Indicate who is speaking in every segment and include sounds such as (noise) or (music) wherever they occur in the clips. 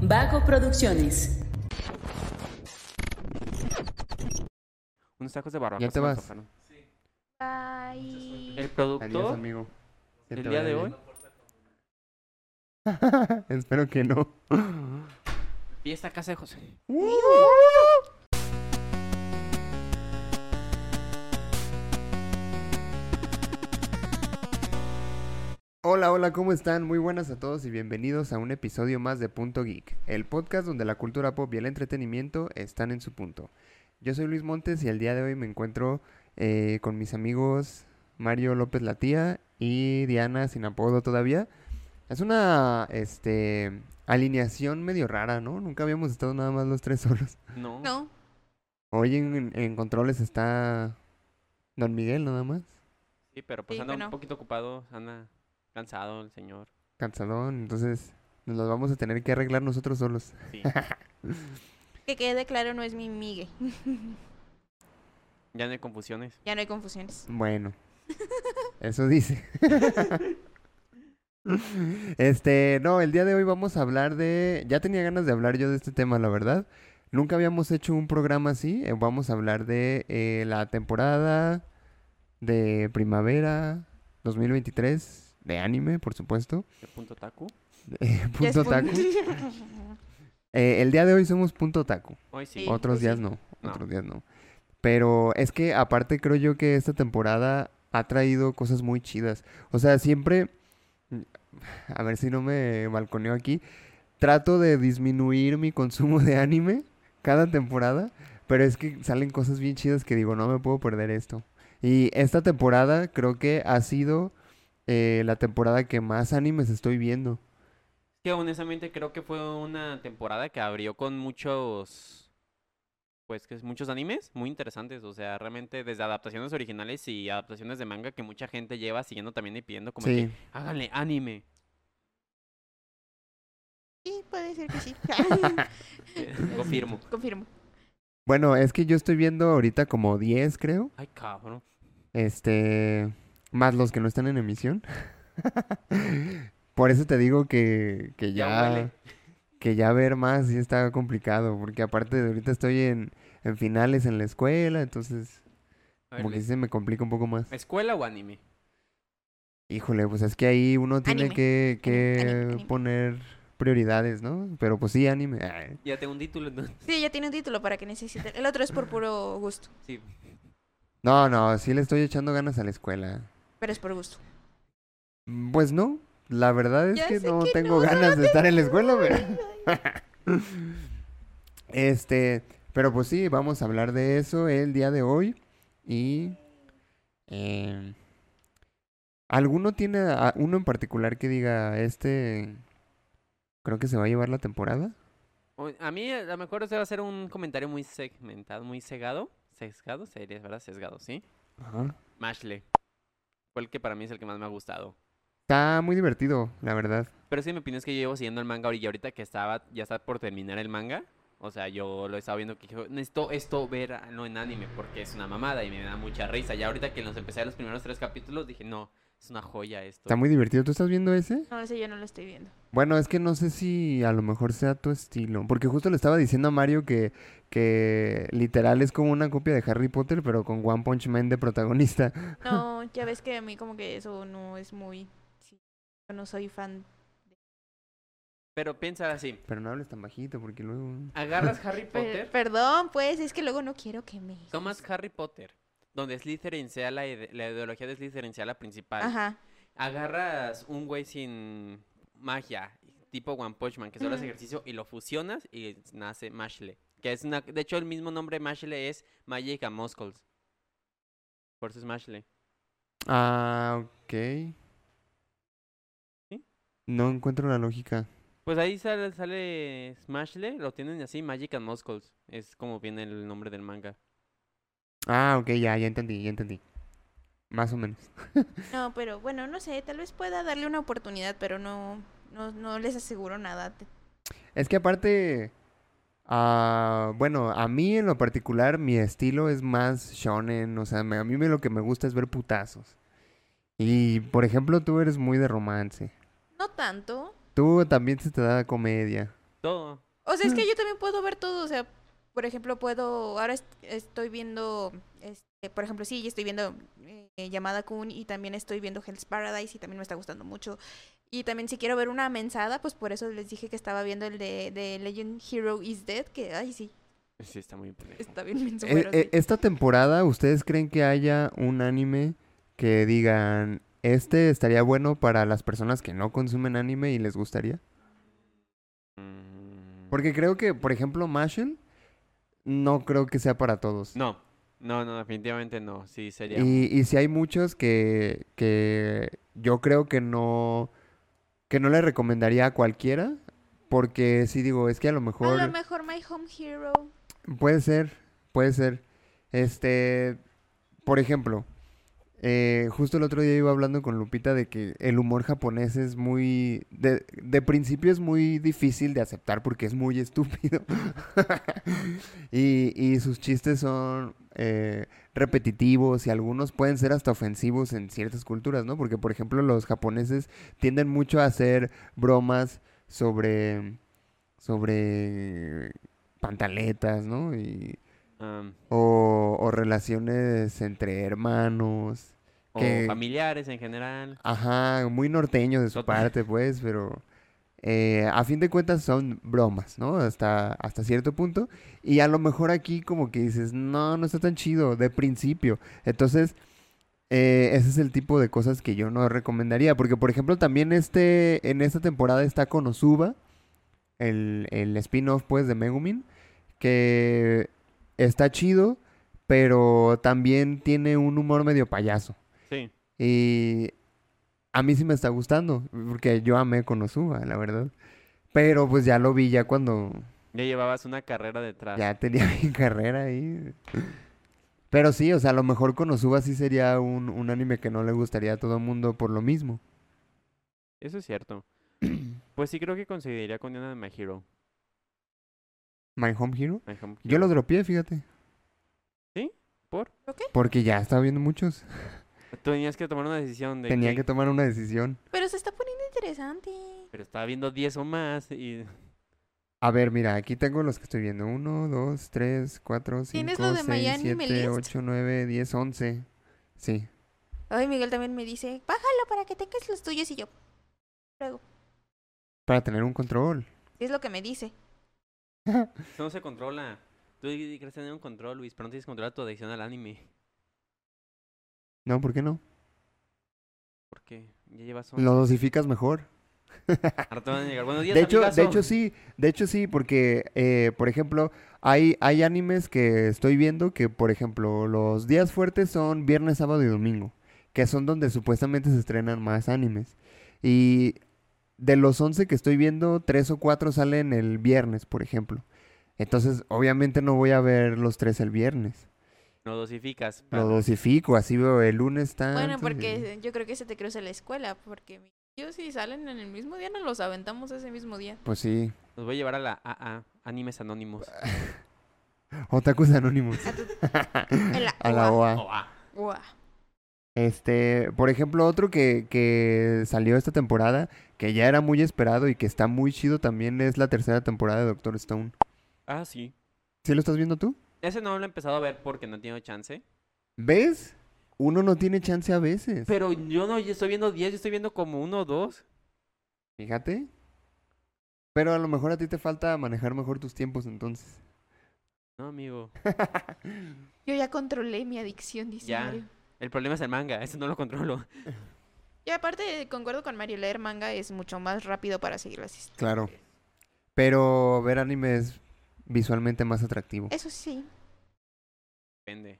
Speaker 1: Vago Producciones.
Speaker 2: Unos tacos de barbacoa.
Speaker 3: Ya te
Speaker 2: se me
Speaker 3: vas.
Speaker 2: antojaron.
Speaker 4: Ay,
Speaker 2: El
Speaker 3: Adiós,
Speaker 2: productor
Speaker 3: amigo. Que
Speaker 2: del
Speaker 3: te
Speaker 2: día
Speaker 3: vaya
Speaker 2: de hoy,
Speaker 3: bien. (laughs) Espero que no.
Speaker 2: fiesta casa de José.
Speaker 3: Hola, hola, ¿cómo están? Muy buenas a todos y bienvenidos a un episodio más de Punto Geek, el podcast donde la cultura pop y el entretenimiento están en su punto. Yo soy Luis Montes y el día de hoy me encuentro eh, con mis amigos Mario López Latía y Diana sin apodo todavía. Es una este, alineación medio rara, ¿no? Nunca habíamos estado nada más los tres (laughs) solos.
Speaker 2: No.
Speaker 4: no.
Speaker 3: Hoy en, en controles está Don Miguel nada más,
Speaker 2: Sí, pero pues
Speaker 4: Sí,
Speaker 2: anda un
Speaker 4: bueno.
Speaker 2: poquito ocupado, anda cansado el señor.
Speaker 3: cansadón, entonces nos los vamos a tener que arreglar nosotros solos. (laughs)
Speaker 2: Sí.
Speaker 4: Que quede claro, no es mi migue.
Speaker 2: ya no hay confusiones.
Speaker 4: Ya no hay confusiones.
Speaker 3: Bueno, (laughs) eso dice. (laughs) este, no, el día de hoy vamos a hablar de. Ya tenía ganas de hablar yo de este tema, la verdad. Nunca habíamos hecho un programa así. eh, Vamos a hablar de eh, la temporada de primavera 2023 de anime, por supuesto. (laughs)
Speaker 2: El punto taco.
Speaker 3: Eh,
Speaker 4: Ya es
Speaker 3: punto
Speaker 4: pun-
Speaker 3: Taku. el día de hoy somos punto Taku.
Speaker 2: Hoy sí.
Speaker 4: Sí.
Speaker 2: Ot-
Speaker 3: Otros
Speaker 4: pues
Speaker 3: días
Speaker 4: sí.
Speaker 3: no,
Speaker 2: No.
Speaker 3: otros días no. Pero es que aparte creo yo que esta temporada ha traído cosas muy chidas. O sea, siempre, a ver si no me balconeo aquí, trato de disminuir mi consumo de anime cada temporada, pero es que salen cosas bien chidas que digo, no me puedo perder esto. Y esta temporada creo que ha sido eh, la temporada que más animes estoy viendo.
Speaker 2: Que honestamente creo que fue una temporada que abrió con muchos. Pues que es- muchos animes muy interesantes. O sea, realmente desde adaptaciones originales y adaptaciones de manga que mucha gente lleva siguiendo también y pidiendo como
Speaker 3: Sí.
Speaker 2: que háganle anime.
Speaker 4: (laughs) Sí, puede ser que sí. (laughs)
Speaker 2: Eh, Confirmo.
Speaker 4: Confirmo.
Speaker 3: Bueno, es que yo estoy viendo ahorita como 10, creo.
Speaker 2: Ay, cabrón.
Speaker 3: Este, más los que no están en emisión. (laughs) Por eso te digo que, que
Speaker 2: Ya
Speaker 3: ya,
Speaker 2: huele.
Speaker 3: que ya ver más sí está complicado, porque aparte de ahorita estoy en, en finales en la escuela, entonces
Speaker 2: A ver,
Speaker 3: como que
Speaker 2: Luis,
Speaker 3: sí se me complica un poco más.
Speaker 2: ¿Escuela o anime?
Speaker 3: Híjole, pues es que ahí uno tiene
Speaker 4: Anime,
Speaker 3: que, que
Speaker 4: anime, anime.
Speaker 3: poner prioridades, ¿no? Pero pues sí, anime. ay,
Speaker 2: Ya tengo un título, entonces.
Speaker 4: Sí, ya tiene un título para que necesiten. El otro es por puro gusto.
Speaker 2: (laughs) Sí.
Speaker 3: No, no, sí le estoy echando ganas a la escuela.
Speaker 4: Pero es por gusto.
Speaker 3: Mm, Pues no, la verdad es
Speaker 4: Ya
Speaker 3: que
Speaker 4: sé
Speaker 3: no
Speaker 4: que
Speaker 3: tengo
Speaker 4: no,
Speaker 3: ganas de
Speaker 4: no
Speaker 3: estar en la
Speaker 4: (laughs) tengo
Speaker 3: escuela, pero... (laughs) este, pero pues sí, vamos a hablar de eso el día de hoy y... eh, ¿Alguno tiene a- uno en particular que diga, este, creo que se va a llevar la temporada?
Speaker 2: O- A mí, a lo mejor este va a ser un comentario muy segmentado, muy cegado. Sesgado sería, ¿verdad? Sesgado, ¿sí? Mashle. Fue el que para mí es el que más me ha gustado.
Speaker 3: Está muy divertido, la verdad.
Speaker 2: Pero sí, mi opinión es que yo llevo siguiendo el manga y ahorita que estaba, ya está por terminar el manga. O sea, yo lo estaba viendo que dije, necesito esto verlo en anime porque es una mamada y me da mucha risa. Ya ahorita que los empecé los primeros tres capítulos dije, no, es una joya esto.
Speaker 3: Está muy divertido. ¿Tú estás viendo ese?
Speaker 4: No lo sé, yo no lo estoy viendo.
Speaker 3: Bueno, es que no sé si a lo mejor sea tu estilo. Porque justo le estaba diciendo a Mario que, que literal es como una copia de Harry Potter, pero con One Punch Man de protagonista.
Speaker 4: No, ya ves que a mí como que eso no es muy... sí, yo no soy fan.
Speaker 2: Pero piensa así,
Speaker 3: Pero no hables tan bajito porque luego... ¿eh?
Speaker 2: (laughs) agarras Harry
Speaker 4: Per-
Speaker 2: Potter
Speaker 4: perdón, pues, es que luego no quiero que me...
Speaker 2: Tomas Harry Potter, donde Slytherin sea la, ide- la ideología de Slytherin sea la principal.
Speaker 4: Ajá.
Speaker 2: Agarras un güey sin magia, tipo One Punch Man, que solo hace
Speaker 4: Ujú.
Speaker 2: ejercicio y lo fusionas y nace Mashle, que es una de hecho el mismo nombre Mashle es Magic and Muscles. Por eso es Mashle.
Speaker 3: Ah, ok.
Speaker 2: ¿Sí?
Speaker 3: No encuentro la lógica.
Speaker 2: Pues ahí sale, sale Mashle, lo tienen así Magic and Muscles, es como viene el nombre del manga.
Speaker 3: Ah, ok, ya, ya entendí, ya entendí. Más o menos.
Speaker 4: No, pero bueno, no sé, tal vez pueda darle una oportunidad, pero no, no, no les aseguro nada. Te-
Speaker 3: Es que aparte, ah, bueno, a mí en lo particular mi estilo es más shonen, o sea, me- a mí me- lo que me gusta es ver putazos. Y, por ejemplo, tú eres muy de romance.
Speaker 4: No tanto.
Speaker 3: Tú también se te da comedia.
Speaker 2: Todo.
Speaker 4: O sea, es que yo también puedo ver todo, o sea, por ejemplo, puedo, ahora est- estoy viendo, este, por ejemplo, sí, yo estoy viendo eh, Yamada Kun y también estoy viendo Hell's Paradise y también me está gustando mucho. Y también si quiero ver una mensada, pues por eso les dije que estaba viendo el de, de Legend Hero is Dead, que, ay, sí,
Speaker 2: Sí, está muy pendejo.
Speaker 4: está bien menso,
Speaker 3: E-
Speaker 4: pero sí.
Speaker 3: e- Esta temporada, ¿ustedes creen que haya un anime que digan, este estaría bueno para las personas que no consumen anime y les gustaría?
Speaker 2: Mm,
Speaker 3: Porque creo que, por ejemplo, Mashen, no creo que sea para todos.
Speaker 2: No, no, no, definitivamente no. Sí, sería.
Speaker 3: Y, y si hay muchos que, que yo creo que no, que no le recomendaría a cualquiera, porque sí digo, es que a lo mejor...
Speaker 4: A lo mejor My Home Hero.
Speaker 3: Puede ser, puede ser. Este, por ejemplo, eh, justo el otro día iba hablando con Lupita de que el humor japonés es muy, de, de principio es muy difícil de aceptar porque es muy (laughs) estúpido. y, y sus chistes son eh, repetitivos y algunos pueden ser hasta ofensivos en ciertas culturas, ¿no? Porque, por ejemplo, los japoneses tienden mucho a hacer bromas sobre, sobre pantaletas, ¿no? Y,
Speaker 2: am,
Speaker 3: o, o relaciones entre hermanos.
Speaker 2: o
Speaker 3: que-
Speaker 2: familiares en general.
Speaker 3: Ajá, muy norteño de su
Speaker 2: Total.
Speaker 3: parte, pues, pero eh, a fin de cuentas son bromas, ¿no? Hasta, hasta cierto punto. Y a lo mejor aquí como que dices, no, no está tan chido de principio. Entonces, eh, ese es el tipo de cosas que yo no recomendaría. Porque, por ejemplo, también este, en esta temporada está Konosuba, el, el spin-off, pues, de Megumin, que está chido, pero también tiene un humor medio payaso.
Speaker 2: Sí.
Speaker 3: Y a mí sí me está gustando, porque yo amé Konosuba, la verdad. Pero pues ya lo vi ya cuando
Speaker 2: Ya llevabas una carrera detrás.
Speaker 3: ya tenía (laughs) mi carrera ahí. Pero sí, o sea, a lo mejor Konosuba sí sería un, un anime que no le gustaría a todo el mundo por lo mismo.
Speaker 2: Eso es
Speaker 3: (clears throat)
Speaker 2: cierto. Pues sí, creo que conseguiría con una de My Hero.
Speaker 3: My Home Hero.
Speaker 2: My Home
Speaker 3: Yo lo
Speaker 2: Hero.
Speaker 3: dropié, fíjate.
Speaker 2: ¿Sí? ¿Por?
Speaker 3: Porque ya estaba viendo muchos.
Speaker 2: Tenías que tomar una decisión de.
Speaker 3: Tenía
Speaker 2: que-
Speaker 3: que tomar una decisión.
Speaker 4: Pero se está poniendo interesante.
Speaker 2: Pero estaba viendo 10 o más y. (laughs)
Speaker 3: A ver, mira, aquí tengo los que estoy viendo. 1, 2, 3, 4, 5,
Speaker 4: ¿Tienes lo de
Speaker 3: 6,
Speaker 4: My Anime
Speaker 3: 7,
Speaker 4: List?
Speaker 3: 8, 9, 10, 11. Sí.
Speaker 4: Ay, Miguel también me dice, bájalo para que tengas los tuyos y yo. Luego,
Speaker 3: Para tener un control.
Speaker 4: es lo que me dice.
Speaker 2: Eso no se controla. Tú di- crees tener un control, Luis, pero no tienes que controlar tu adicción al anime.
Speaker 3: No, ¿por qué no?
Speaker 2: Porque ya llevas un.
Speaker 3: Lo dosificas mejor.
Speaker 2: Ahora te van a llegar. Buenos días,
Speaker 3: De hecho, de
Speaker 2: amigazo".
Speaker 3: hecho sí, de hecho sí, porque, eh, por ejemplo, hay, hay animes que estoy viendo que, por ejemplo, los días fuertes son viernes, sábado y domingo, que son donde supuestamente se estrenan más animes. Y de los 11 que estoy viendo, tres o cuatro salen el viernes, por ejemplo. Entonces, obviamente no voy a ver los tres el viernes.
Speaker 2: Lo dosificas.
Speaker 3: Lo
Speaker 2: para-
Speaker 3: dosifico, así veo el lunes tan...
Speaker 4: Bueno, porque yo creo que se te cruza la escuela, porque mi- yo si salen en el mismo día, nos los aventamos ese mismo día.
Speaker 3: Pues sí,
Speaker 2: Los voy a llevar a la AA, Animes
Speaker 3: (laughs)
Speaker 2: Anónimos.
Speaker 3: otakus anónimos. (laughs)
Speaker 4: En la
Speaker 3: A la
Speaker 4: UA.
Speaker 3: OA.
Speaker 2: Oh, ah.
Speaker 4: UA.
Speaker 3: Este, por ejemplo, otro que, que salió esta temporada, que ya era muy esperado y que está muy chido también, es la tercera temporada de Doctor Stone.
Speaker 2: Ah, sí.
Speaker 3: ¿Sí lo estás viendo tú?
Speaker 2: Ese no lo he empezado a ver porque no he tenido chance.
Speaker 3: ¿Ves? Uno no tiene chance a veces.
Speaker 2: Pero yo no yo estoy viendo 10, yo estoy viendo como uno o dos.
Speaker 3: Fíjate. Pero a lo mejor a ti te falta manejar mejor tus tiempos entonces.
Speaker 2: No, amigo.
Speaker 4: Yo ya controlé mi adicción, dice
Speaker 2: Ya.
Speaker 4: Mario.
Speaker 2: El problema es el manga, ese no lo controlo.
Speaker 4: Y aparte, concuerdo con Mario, leer manga es mucho más rápido para seguir las historias.
Speaker 3: Claro. Pero ver anime es visualmente más atractivo.
Speaker 4: Eso sí.
Speaker 2: Depende.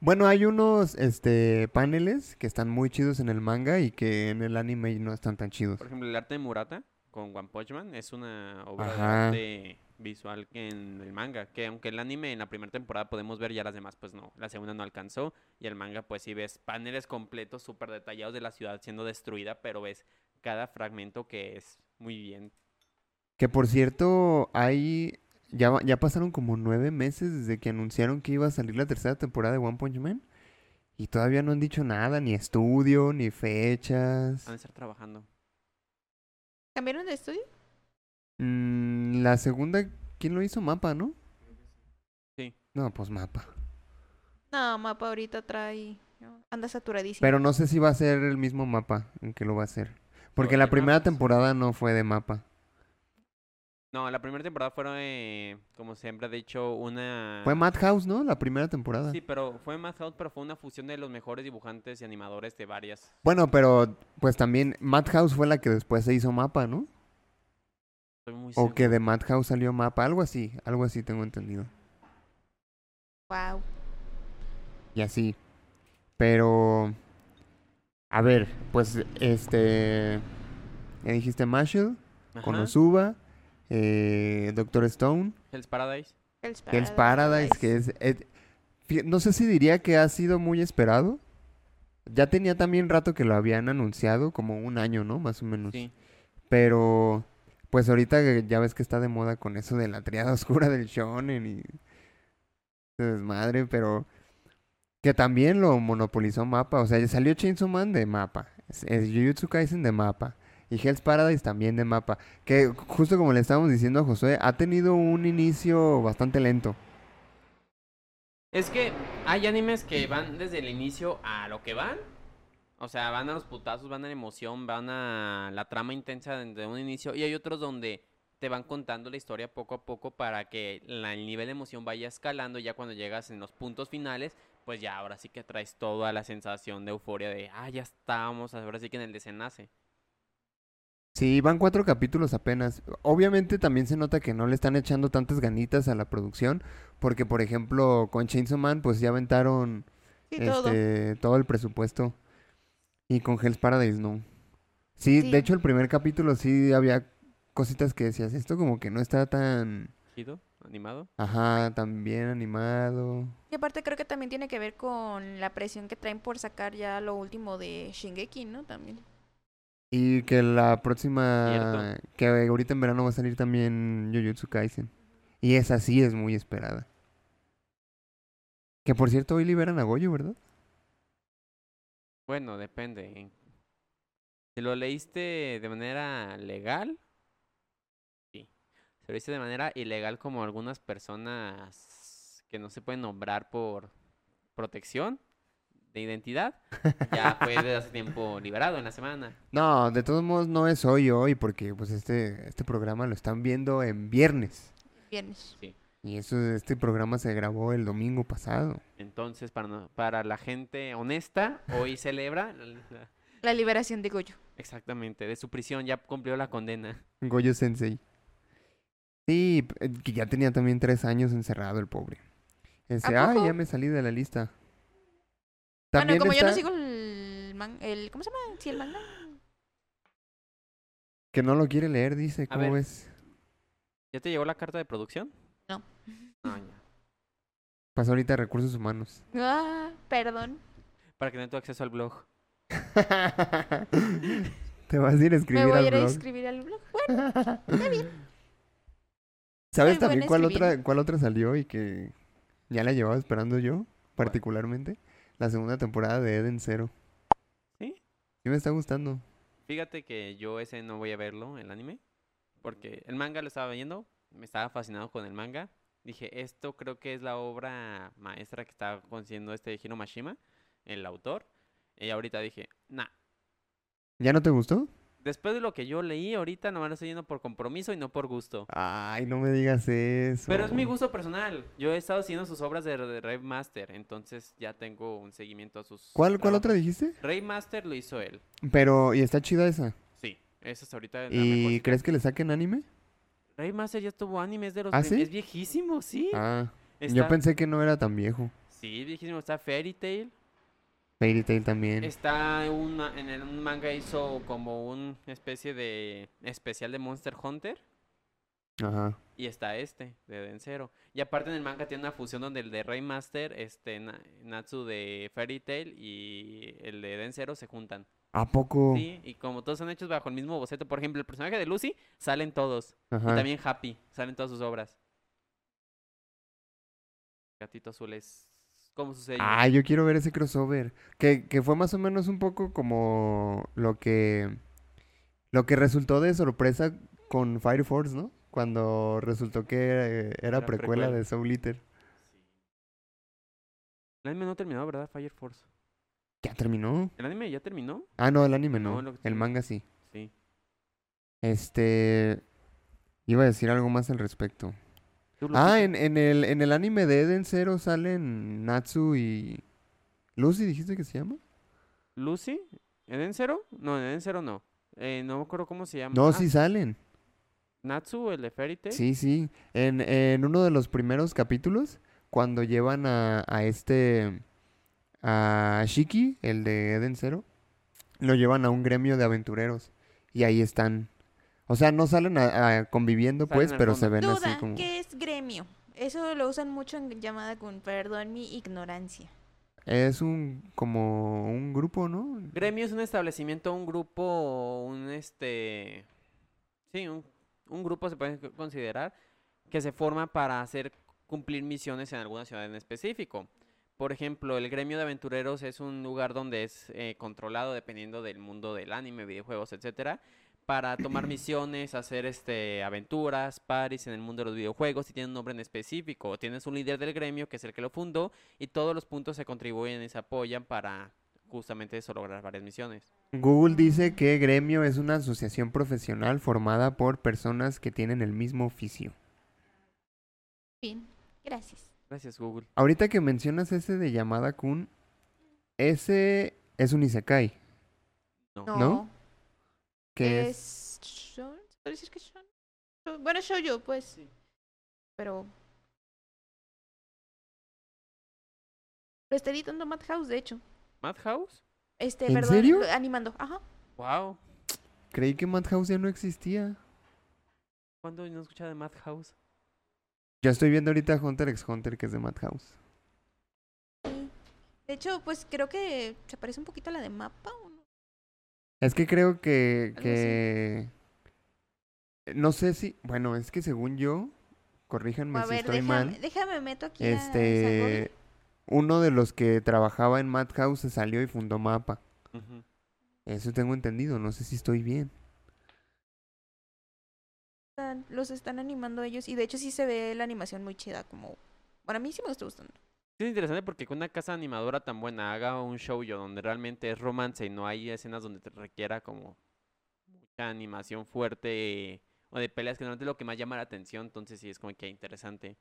Speaker 3: Bueno, hay unos este paneles que están muy chidos en el manga y que en el anime no están tan chidos.
Speaker 2: Por ejemplo, el arte de Murata con One Punch Man es una obra de
Speaker 3: Ajá.
Speaker 2: arte visual que en el manga. Que aunque el anime en la primera temporada podemos ver, ya las demás pues no. La segunda no alcanzó. Y el manga pues sí ves paneles completos, súper detallados de la ciudad siendo destruida, pero ves cada fragmento que es muy bien.
Speaker 3: Que por cierto, hay. Ya, va- ya pasaron como nueve meses desde que anunciaron que iba a salir la tercera temporada de One Punch Man. Y todavía no han dicho nada, ni estudio, ni
Speaker 2: Han de Ah,
Speaker 3: fechas.
Speaker 2: estar trabajando.
Speaker 4: ¿Cambiaron de estudio?
Speaker 3: Mm, la segunda, ¿quién lo hizo? Mapa, ¿no?
Speaker 2: Sí.
Speaker 3: No, pues mapa.
Speaker 4: No, mapa ahorita trae. no, Anda saturadísimo.
Speaker 3: Pero no sé si va a ser el mismo mapa en que lo va a hacer. Porque
Speaker 2: Porque
Speaker 3: la primera
Speaker 2: mapas.
Speaker 3: temporada no fue de mapa.
Speaker 2: No, la primera temporada fueron, eh, como siempre ha dicho, una...
Speaker 3: Fue Madhouse, ¿no? La primera temporada.
Speaker 2: Sí, pero fue Madhouse, pero fue una fusión de los mejores dibujantes y animadores de varias.
Speaker 3: Bueno, pero pues también Madhouse fue la que después se hizo mapa, ¿no?
Speaker 2: Estoy muy
Speaker 3: O que
Speaker 2: seguro.
Speaker 3: de Madhouse salió mapa, algo así, algo así tengo entendido.
Speaker 4: Wow.
Speaker 3: Y así. Pero... A ver, pues este... Ya dijiste Marshall,
Speaker 2: Ajá.
Speaker 3: Konosuba, eh, Doctor Stone.
Speaker 2: Hell's Paradise.
Speaker 4: Hell's
Speaker 3: Hell's Paradise, que es... eh, fí- no sé si diría que ha sido muy esperado. Ya tenía también rato que lo habían anunciado, como un año, ¿no? Más o menos.
Speaker 2: Sí.
Speaker 3: Pero, pues ahorita que ya ves que está de moda con eso de la triada (laughs) oscura del shonen y... Se desmadre, pero... Que también lo monopolizó Mapa. O sea, ya salió Chainsaw Man de Mapa. es- es Jujutsu Kaisen de Mapa. Y Hell's Paradise también de Mapa. Que justo como le estábamos diciendo a Josué, ha tenido un inicio bastante lento.
Speaker 2: Es que hay animes que van desde el inicio a lo que van. O sea, van a los putazos, van a la emoción, van a la trama intensa desde un inicio. Y hay otros donde te van contando la historia poco a poco para que la- el nivel de emoción vaya escalando. Y ya cuando llegas en los puntos finales, pues ya ahora sí que traes toda la sensación de euforia de, ah, ya estamos, ahora sí que en el desenlace.
Speaker 3: Sí, van cuatro capítulos apenas. Obviamente también se nota que no le están echando tantas ganitas a la producción. Porque, por ejemplo, con Chainsaw Man, pues ya aventaron
Speaker 4: Sí, todo.
Speaker 3: este, todo el presupuesto. Y con Hell's Paradise, no. Sí,
Speaker 4: Sí.
Speaker 3: de hecho, el primer capítulo sí había cositas que decías. Esto como que no está tan...
Speaker 2: ¿Chido? ¿Animado?
Speaker 3: Ajá, tan bien animado.
Speaker 4: Y aparte creo que también tiene que ver con la presión que traen por sacar ya lo último de Shingeki, ¿no? También.
Speaker 3: Y que la próxima, que ahorita en verano va a salir también Jujutsu Kaisen. Y esa sí es muy esperada. Que por cierto, hoy liberan a Goyo, ¿verdad?
Speaker 2: Bueno, depende. Si lo leíste de manera legal, sí. Si lo leíste de manera ilegal, como algunas personas que no se pueden nombrar por protección de identidad, ya fue desde hace tiempo liberado en la semana.
Speaker 3: No, de todos modos no es hoy hoy, porque pues este, este programa lo están viendo en viernes.
Speaker 4: Viernes.
Speaker 3: Y eso, este programa se grabó el domingo pasado.
Speaker 2: Entonces, para, no- para la gente honesta, hoy celebra la- la-
Speaker 4: La liberación de Goyo.
Speaker 2: exactamente de su prisión, ya cumplió la condena.
Speaker 3: Goyo Sensei. Sí, p- eh, que ya tenía también tres años encerrado el pobre. Ese,
Speaker 4: ¿A
Speaker 3: ah,
Speaker 4: poco?
Speaker 3: ya me salí de la lista. También
Speaker 4: Bueno, como yo no
Speaker 3: está-
Speaker 4: sigo el, man- el ¿cómo se llama? Sí, el manga.
Speaker 3: Que no lo quiere leer, dice,
Speaker 2: A
Speaker 3: ¿cómo
Speaker 2: ver.
Speaker 3: ves?
Speaker 2: ¿Ya te llegó la carta de producción?
Speaker 4: No.
Speaker 2: No, ya.
Speaker 3: Pasó ahorita a
Speaker 2: (laughs)
Speaker 3: recursos humanos.
Speaker 4: Ah, perdón.
Speaker 2: Para que no tu acceso al blog.
Speaker 3: Te vas a ir a
Speaker 4: Me
Speaker 3: escribir
Speaker 4: voy a
Speaker 3: al
Speaker 4: ir a
Speaker 3: blog.
Speaker 4: escribir al blog. Bueno,
Speaker 3: (laughs) ¿Sabes
Speaker 4: Soy
Speaker 3: también
Speaker 4: buena
Speaker 3: cuál otra,
Speaker 4: escribiendo.
Speaker 3: cuál otra salió y que ya la llevaba esperando yo, particularmente? La segunda temporada de Eden Zero.
Speaker 2: ¿Sí?
Speaker 3: Sí me está gustando.
Speaker 2: Fíjate que yo ese no voy a verlo, el anime, porque el manga lo estaba viendo, me estaba fascinado con el manga. Dije, esto creo que es la obra maestra que está consiguiendo este Hiro Mashima, el autor. Y ahorita dije, nah,
Speaker 3: ¿Ya no te gustó?
Speaker 2: después de lo que yo leí, ahorita nomás lo estoy yendo por compromiso y no por gusto.
Speaker 3: Ay, no me digas eso.
Speaker 2: Pero es mi gusto personal. Yo he estado siguiendo sus obras de, de Rave Master, entonces ya tengo un seguimiento a sus.
Speaker 3: ¿Cuál, cuál
Speaker 2: trabajos.
Speaker 3: otra dijiste?
Speaker 2: Rave Master lo hizo él.
Speaker 3: Pero, y está chida esa.
Speaker 2: Sí, esa es ahorita. la
Speaker 3: ¿Y
Speaker 2: mejorcita.
Speaker 3: crees que le saquen anime?
Speaker 2: Rave Master ya tuvo anime, es de los.
Speaker 3: ¿Ah,
Speaker 2: prim-
Speaker 3: sí?
Speaker 2: Es viejísimo, sí.
Speaker 3: Ah, yo
Speaker 2: Está-
Speaker 3: pensé que no era tan viejo.
Speaker 2: Sí, viejísimo. Está Fairy Tail.
Speaker 3: Fairy Tail también.
Speaker 2: Está una, en el, un manga hizo como una especie de especial de Monster Hunter.
Speaker 3: Ajá.
Speaker 2: Y está este, de Densero. Y aparte en el manga tiene una fusión donde el de Raymaster, este, Na- Natsu de Fairy Tail y el de Densero se juntan.
Speaker 3: ¿A poco?
Speaker 2: Sí, y como todos son hechos bajo el mismo boceto, por ejemplo, el personaje de Lucy, salen todos. Y
Speaker 3: Ajá.
Speaker 2: también Happy, salen todas sus obras. Gatito azul es como sucedió.
Speaker 3: Ah, yo quiero ver ese crossover. Que, que fue más o menos un poco como lo que. Lo que resultó de sorpresa con Fire Force, ¿no? Cuando resultó que eh, era,
Speaker 2: Era
Speaker 3: precuela,
Speaker 2: precuela.
Speaker 3: de Soul Eater.
Speaker 2: El anime no terminó, ¿verdad? Fire Force.
Speaker 3: ¿Ya terminó?
Speaker 2: ¿El anime ya terminó?
Speaker 3: Ah, no, el anime
Speaker 2: No,
Speaker 3: no.
Speaker 2: lo que
Speaker 3: el
Speaker 2: tiene-
Speaker 3: manga sí.
Speaker 2: Sí.
Speaker 3: Este. Iba a decir algo más al respecto.
Speaker 2: ¿Tú lo
Speaker 3: Ah,
Speaker 2: viste?
Speaker 3: en, en el, en el anime de Eden Zero salen Natsu y. Lucy, dijiste que se llama.
Speaker 2: ¿Lucy? ¿Eden Zero? No, en Eden Zero no. Eh, no me acuerdo cómo se llama.
Speaker 3: No,
Speaker 2: Ah,
Speaker 3: sí salen.
Speaker 2: Natsu, el de Fairy Tail.
Speaker 3: Sí, sí. En, en uno de los primeros capítulos, cuando llevan a, a este. a Shiki, el de Eden Zero, lo llevan a un gremio de aventureros. Y ahí están. O sea, no salen a- a conviviendo,
Speaker 2: Salen
Speaker 3: pues,
Speaker 2: al
Speaker 3: pero se
Speaker 2: fondo.
Speaker 3: ven así
Speaker 4: Duda,
Speaker 3: como.
Speaker 4: ¿qué es gremio? Eso lo usan mucho en llamada con perdón mi ignorancia.
Speaker 3: Es un. como un grupo, ¿no?
Speaker 2: Gremio es un establecimiento, un grupo, un este... Sí, un, un grupo se puede considerar que se forma para hacer cumplir misiones en alguna ciudad en específico. Por ejemplo, el gremio de aventureros es un lugar donde es eh, controlado dependiendo del mundo del anime, videojuegos, etcétera, para tomar misiones, hacer este aventuras, paris en el mundo de los videojuegos y tiene un nombre en específico. Tienes un líder del gremio que es el que lo fundó y todos los puntos se contribuyen y se apoyan para justamente eso lograr varias misiones.
Speaker 3: Google dice que gremio es una asociación profesional formada por personas que tienen el mismo oficio.
Speaker 4: Fin. Gracias.
Speaker 2: Gracias Google.
Speaker 3: Ahorita que mencionas ese de Yamada Kun, ese es un isekai.
Speaker 4: No.
Speaker 3: ¿No? Que es...
Speaker 4: es? shon- ¿Se puede decir que es shon? Sho- Bueno, es shoujo, pues. Pero... Lo está editando Madhouse, de hecho.
Speaker 2: Madhouse.
Speaker 4: Este,
Speaker 3: ¿En
Speaker 4: perdón,
Speaker 3: serio?
Speaker 4: lo- animando. Ajá.
Speaker 2: Wow.
Speaker 3: Creí que Madhouse ya no existía.
Speaker 2: ¿Cuándo no escuchaba de Madhouse?
Speaker 3: Yo estoy viendo ahorita Hunter x Hunter, que es de Madhouse.
Speaker 4: Sí. De hecho, pues creo que se parece un poquito a la de mapa. ¿o no?
Speaker 3: Es que creo que...
Speaker 4: Algo así.
Speaker 3: que... No sé si... Bueno, es que según yo... Corríjanme
Speaker 4: a
Speaker 3: si
Speaker 4: ver,
Speaker 3: estoy
Speaker 4: déjame,
Speaker 3: mal.
Speaker 4: déjame meto aquí. a Sangobi.
Speaker 3: Este... Uno de los que trabajaba en Madhouse se salió y fundó Mapa.
Speaker 2: Ujú.
Speaker 3: Eso tengo entendido, no sé si estoy bien.
Speaker 4: están- los están animando ellos. Y de hecho sí se ve la animación muy chida, como... Bueno, a mí sí me está gustando.
Speaker 2: Sí, Es interesante porque que una casa animadora tan buena haga un show yo donde realmente es romance y no hay escenas donde te requiera como mucha animación fuerte o de peleas que normalmente es lo que más llama la atención, entonces sí es como que interesante.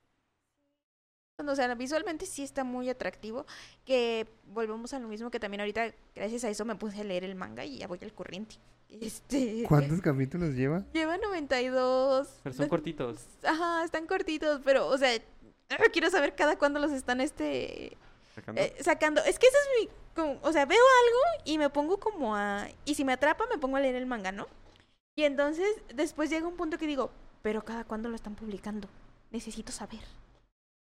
Speaker 4: O sea, visualmente sí está muy atractivo. Que volvemos a lo mismo que también ahorita, gracias a eso, me puse a leer el manga y ya voy al corriente. (laughs) Este...
Speaker 3: ¿Cuántos capítulos lleva?
Speaker 4: Lleva 92.
Speaker 2: Pero son
Speaker 4: no-
Speaker 2: cortitos.
Speaker 4: Ajá, están cortitos, pero, o sea, quiero saber cada cuándo los están este
Speaker 2: sacando.
Speaker 4: eh, sacando. Es que ese es mi. como- o sea, veo algo y me pongo como a. Y si me atrapa, me pongo a leer el manga, ¿no? Y entonces, después llega un punto que digo, pero cada cuándo lo están publicando. Necesito saber.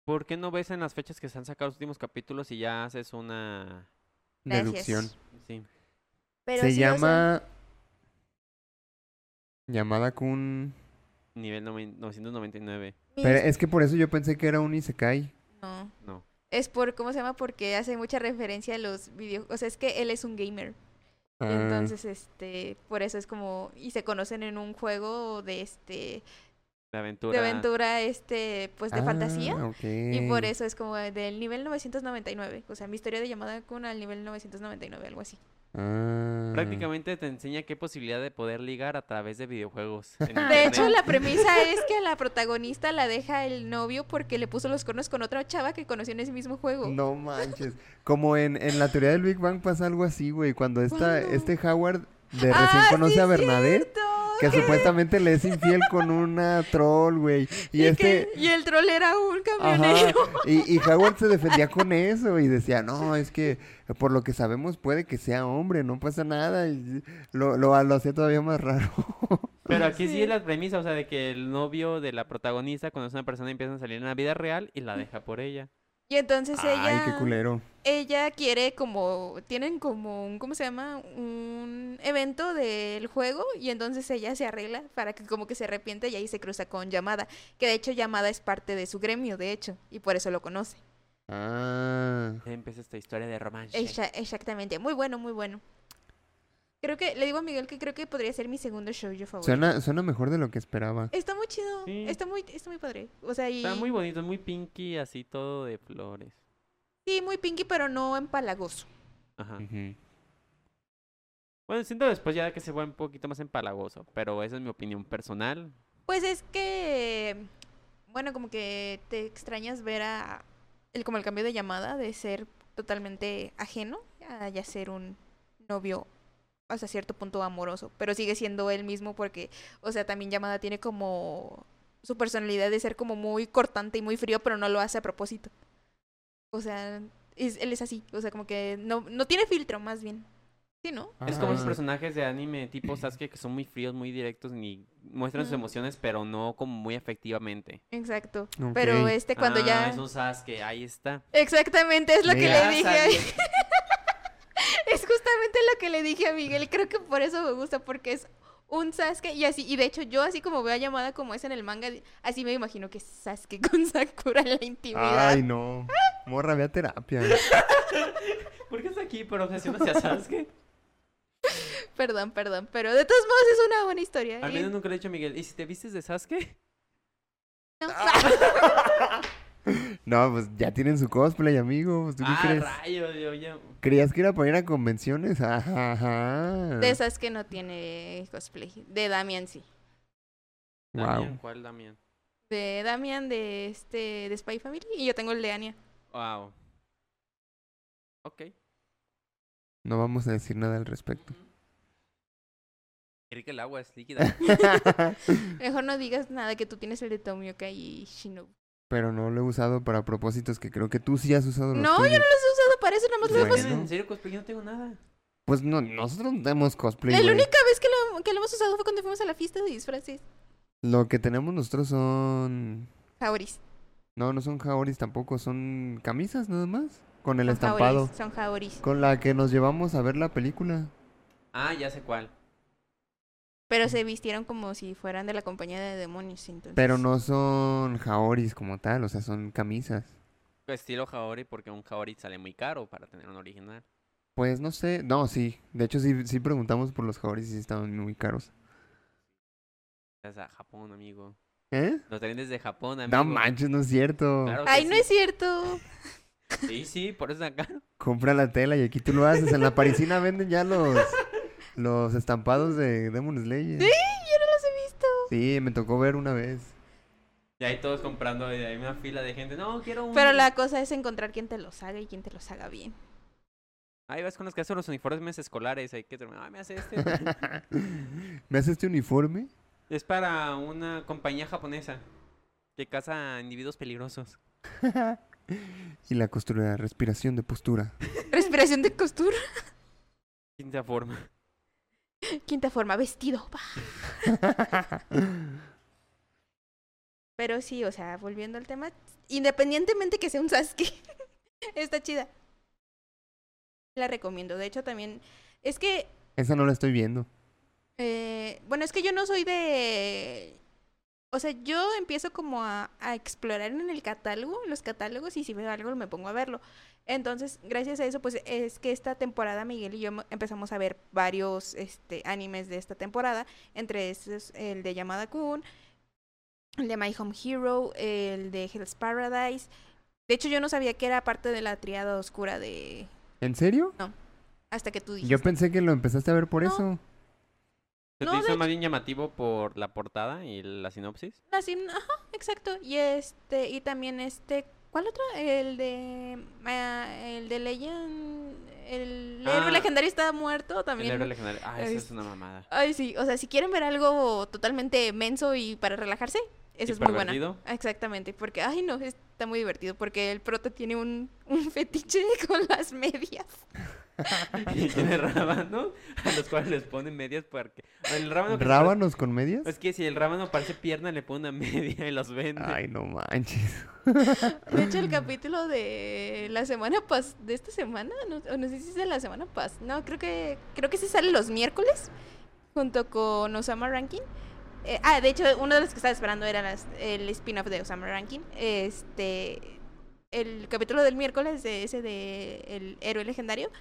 Speaker 2: ¿Por qué no ves en las fechas que se han sacado los últimos capítulos y ya haces una...
Speaker 4: Gracias.
Speaker 3: Deducción.
Speaker 2: Sí.
Speaker 4: Pero
Speaker 3: Se
Speaker 4: sí, o sea,
Speaker 3: llama... Llamada Kun...
Speaker 2: Nivel noven- 999.
Speaker 4: mis-
Speaker 3: Pero e- es que por eso yo pensé que era un Isekai.
Speaker 4: no.
Speaker 2: No.
Speaker 4: Es por, ¿cómo se llama? Porque hace mucha referencia a los videojuegos. O sea, es que él es un gamer. Y
Speaker 3: Ah,
Speaker 4: entonces, este, por eso es como. Y se conocen en un juego de este.
Speaker 2: De
Speaker 4: de
Speaker 2: aventura.
Speaker 4: aventura este pues de fantasía
Speaker 3: ah,
Speaker 4: y por
Speaker 3: ok.
Speaker 4: eso es como del nivel 999 o sea mi historia de llamada con al nivel 999 algo así
Speaker 3: Ah.
Speaker 2: Prácticamente te enseña qué posibilidad de poder ligar a través de videojuegos. en
Speaker 3: Ah,
Speaker 4: Ah, de
Speaker 2: internet.
Speaker 4: hecho la
Speaker 3: (laughs)
Speaker 4: premisa es que a la protagonista la deja el novio porque le puso los cornos con otra chava que conoció en ese mismo juego
Speaker 3: No manches. Como en, en la teoría del Big Bang pasa algo así, güey. Cuando esta,
Speaker 4: ¿Cuándo?
Speaker 3: este Howard de recién
Speaker 4: Ah,
Speaker 3: conoce
Speaker 4: sí,
Speaker 3: a Bernadette,
Speaker 4: cierto, (laughs)
Speaker 3: que supuestamente le es infiel con una troll, güey. Y,
Speaker 4: y,
Speaker 3: este...
Speaker 4: que- y el troll era un
Speaker 3: Ajá,
Speaker 4: camionero
Speaker 3: Y, y Howard se defendía con eso y decía, no, es que por lo que sabemos puede que sea hombre, no pasa nada. y lo, lo, lo hacía todavía más raro.
Speaker 2: Pero aquí sí
Speaker 4: Sí.
Speaker 2: es la premisa, o sea, de que el novio de la protagonista cuando es una persona empiezan a salir en la vida real y la deja por ella.
Speaker 4: y entonces
Speaker 3: Ay,
Speaker 4: ella
Speaker 3: qué culero.
Speaker 4: ella quiere como, tienen como un, ¿cómo se llama? Un evento del juego y entonces ella se arregla para que como que se arrepiente y ahí se cruza con Yamada, que de hecho Yamada es parte de su gremio, de hecho, y por eso lo conoce.
Speaker 3: Ah,
Speaker 2: Ahí Empieza esta historia de romance.
Speaker 4: Exa- exactamente, muy bueno, muy bueno. Creo que, le digo a Miguel que creo que podría ser mi segundo show yo favorito.
Speaker 3: Suena, suena mejor de lo que esperaba.
Speaker 4: Está muy chido,
Speaker 2: Sí.
Speaker 4: está muy, está muy padre. O sea, y
Speaker 2: Está muy bonito, muy pinky, así todo de flores.
Speaker 4: sí, muy pinky, pero no empalagoso.
Speaker 2: Ajá.
Speaker 3: Mm.
Speaker 2: Bueno, siento después ya que se fue un poquito más empalagoso, pero esa es mi opinión personal.
Speaker 4: Pues es que, bueno, como que te extrañas ver a el como el cambio de llamada de ser totalmente ajeno a ya ser un novio hasta cierto punto amoroso, pero sigue siendo él mismo porque, o sea, también llamada tiene como su personalidad de ser como muy cortante y muy frío, pero no lo hace a propósito. O sea, es- él es así, o sea, como que no, no tiene filtro más bien. Sí, ¿no?
Speaker 2: Es como los
Speaker 3: Ah.
Speaker 2: personajes de anime tipo Sasuke que son muy fríos, muy directos, ni muestran sus
Speaker 4: Mm.
Speaker 2: emociones, pero no como muy efectivamente.
Speaker 4: Exacto.
Speaker 3: Ok.
Speaker 4: Pero este cuando
Speaker 2: Ah,
Speaker 4: ya
Speaker 2: Es un Sasuke, ahí está.
Speaker 4: Exactamente, es lo que
Speaker 3: Mira.
Speaker 4: le dije. a-
Speaker 2: Sasuke.
Speaker 4: Es justamente lo que le dije a Miguel. Creo que por eso me gusta, porque es un Sasuke y así. Y de hecho, yo así como veo a llamada como es en el manga, así me imagino que es Sasuke (laughs) con Sakura en la intimidad.
Speaker 3: Ay, no. Morra, ve a terapia.
Speaker 2: ¿Por qué está aquí? Pero obsesionaste a
Speaker 4: (laughs)
Speaker 2: Sasuke.
Speaker 4: Perdón, perdón. Pero de todos modos es una buena historia. ¿eh?
Speaker 2: Al
Speaker 4: y-
Speaker 2: menos nunca le he dicho a Miguel, ¿y si te vistes de Sasuke?
Speaker 4: no.
Speaker 2: Ah.
Speaker 3: No, pues ya tienen su cosplay, amigo. pues, ¿Tú qué
Speaker 2: ah,
Speaker 3: crees?
Speaker 2: rayos, yo ya...
Speaker 3: ¿Creías que era para ir a convenciones? Ajá, ajá.
Speaker 4: (laughs) De Sasuke no tiene cosplay. De Damian sí.
Speaker 3: Wow.
Speaker 2: Damián, ¿cuál Damián?
Speaker 4: De Damian de este de Spy Family. Y yo tengo el de Anya.
Speaker 2: Wow. Ok.
Speaker 3: No vamos a decir nada al respecto.
Speaker 2: Creí que el agua es
Speaker 3: (laughs)
Speaker 2: líquida.
Speaker 4: Pues Mejor no digas nada que tú tienes el de Tomioka y Shinobu.
Speaker 3: Pero no lo he usado para propósitos que creo que tú sí has usado. los
Speaker 4: No, yo no los he
Speaker 3: tuyos.
Speaker 4: usado para eso, nada más lo
Speaker 3: Bueno.
Speaker 4: hemos
Speaker 2: Miren, En serio, cosplay, yo no tengo nada.
Speaker 3: Pues no, nosotros no tenemos cosplay.
Speaker 4: La
Speaker 3: güey.
Speaker 4: única vez que lo, que lo hemos usado fue cuando fuimos a la fiesta de disfraces.
Speaker 3: Lo que tenemos nosotros son.
Speaker 4: Jauris.
Speaker 3: No, no son jaoris tampoco, son camisas nada más. Con el
Speaker 4: son
Speaker 3: estampado.
Speaker 4: jauris, son jauris.
Speaker 3: Con la que nos llevamos a ver la película.
Speaker 2: Ah, ya sé cuál.
Speaker 4: Pero se vistieron como si fueran de la compañía de demonios, entonces.
Speaker 3: Pero no son jaoris como tal, o sea, son camisas.
Speaker 2: Pues Estilo Jaori, porque un Jaori sale muy caro para tener un original.
Speaker 3: Pues no sé, no, sí. De hecho, sí, sí preguntamos por los jaoris y sí estaban muy caros.
Speaker 2: Es a Japón, amigo.
Speaker 3: ¿Eh?
Speaker 2: Los traen desde Japón, amigo.
Speaker 3: No manches, no es cierto.
Speaker 2: Claro que
Speaker 4: Ay, no
Speaker 2: sí.
Speaker 4: es cierto.
Speaker 2: Sí, sí, por eso es tan caro.
Speaker 3: Compra la tela y aquí tú lo haces. En la parisina venden ya los, los estampados de Demon Slayer.
Speaker 4: Sí, yo no los he visto.
Speaker 3: Sí, me tocó ver una vez. (laughs)
Speaker 2: Y ahí todos comprando, y hay una fila de gente. No, quiero un...
Speaker 4: Pero la cosa es encontrar quien te los haga y quien te los haga bien.
Speaker 2: Ahí vas con los que hacen los uniformes escolares. Hay que terminar. Ah, me hace este. (laughs)
Speaker 3: ¿Me haces este uniforme?
Speaker 2: es para una compañía japonesa que caza a individuos peligrosos.
Speaker 3: y la costura, respiración de postura.
Speaker 4: (laughs)
Speaker 3: (laughs)
Speaker 4: Respiración de costura.
Speaker 2: Quinta forma. (laughs)
Speaker 4: Quinta forma, vestido. va. Pero sí, o sea, volviendo al tema, independientemente que sea un Sasuke, (laughs) está chida. La recomiendo. De hecho, también es que
Speaker 3: Esa no la estoy viendo.
Speaker 4: Eh, bueno, es que yo no soy de... O sea, yo empiezo como a, a explorar en el catálogo, en los catálogos, y si veo algo me pongo a verlo. Entonces, gracias a eso, pues es que esta temporada Miguel y yo mo- empezamos a ver varios este, animes de esta temporada, entre esos el de Yamada Kun, el de My Home Hero, el de Hell's Paradise. De hecho, yo no sabía que era parte de la triada oscura de...
Speaker 3: ¿En serio?
Speaker 4: Hasta que tú dijiste.
Speaker 3: Yo pensé que lo empezaste a ver por
Speaker 4: No.
Speaker 3: eso.
Speaker 2: Se
Speaker 4: No,
Speaker 2: te
Speaker 4: de
Speaker 2: hizo
Speaker 4: hecho-
Speaker 2: más bien llamativo por la portada y la sinopsis.
Speaker 4: Así, ajá, exacto. Y este, y también este, ¿cuál otro? El de, ah, el de Legend, el héroe
Speaker 2: Ah.
Speaker 4: legendario está muerto
Speaker 2: El
Speaker 4: también.
Speaker 2: héroe legendario. Ah,
Speaker 4: Ay,
Speaker 2: eso es una mamada. (laughs)
Speaker 4: Ay, sí, o sea, si quieren ver algo totalmente menso y para relajarse,
Speaker 2: ¿Y
Speaker 4: eso es muy buena.
Speaker 2: pervertido?
Speaker 4: Exactamente, porque, ay no, está muy divertido, porque el prota tiene un, un (laughs) fetiche con las medias.
Speaker 2: Y tiene rábanos a los cuales les ponen medias porque... El rábano Ah, que se parece-
Speaker 3: ¿Rábanos con medias?
Speaker 2: Es que si el rábano parece pierna, le pone una (laughs) media y los vende.
Speaker 3: Ay, no manches. (laughs)
Speaker 4: De hecho, el capítulo de la semana pas de esta semana, no, o no sé si es de la semana pas, no, creo que creo que sí sale los miércoles junto con Osama Rankin. Eh, ah, de hecho, uno de los que estaba esperando era las- el spin-off de Osama Rankin. Este, el capítulo del miércoles de ese de el héroe legendario,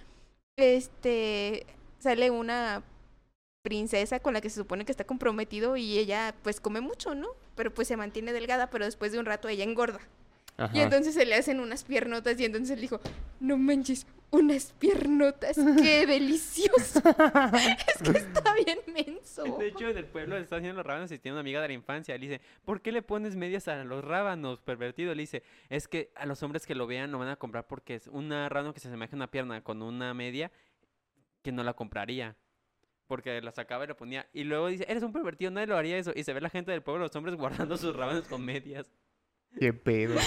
Speaker 4: este, sale una princesa con la que se supone que está comprometido y ella pues come mucho, ¿no? Pero pues se mantiene delgada, pero después de un rato ella engorda.
Speaker 3: Ajá.
Speaker 4: Y entonces se le hacen unas piernotas y entonces le dijo, no manches, unas piernotas, qué delicioso. (laughs) es que está bien menso.
Speaker 2: De hecho, en el pueblo de Estados Unidos los rábanos y tiene una amiga de la infancia. Le dice, ¿por qué le pones medias a los rábanos, pervertido? Le dice, es que a los hombres que lo vean lo van a comprar porque es un rábano que se asemeja a una pierna con una media que no la compraría. Porque la sacaba y la ponía. Y luego dice, eres un pervertido, nadie lo haría eso. Y se ve la gente del pueblo, los hombres guardando sus rábanos con medias.
Speaker 3: Qué pedo.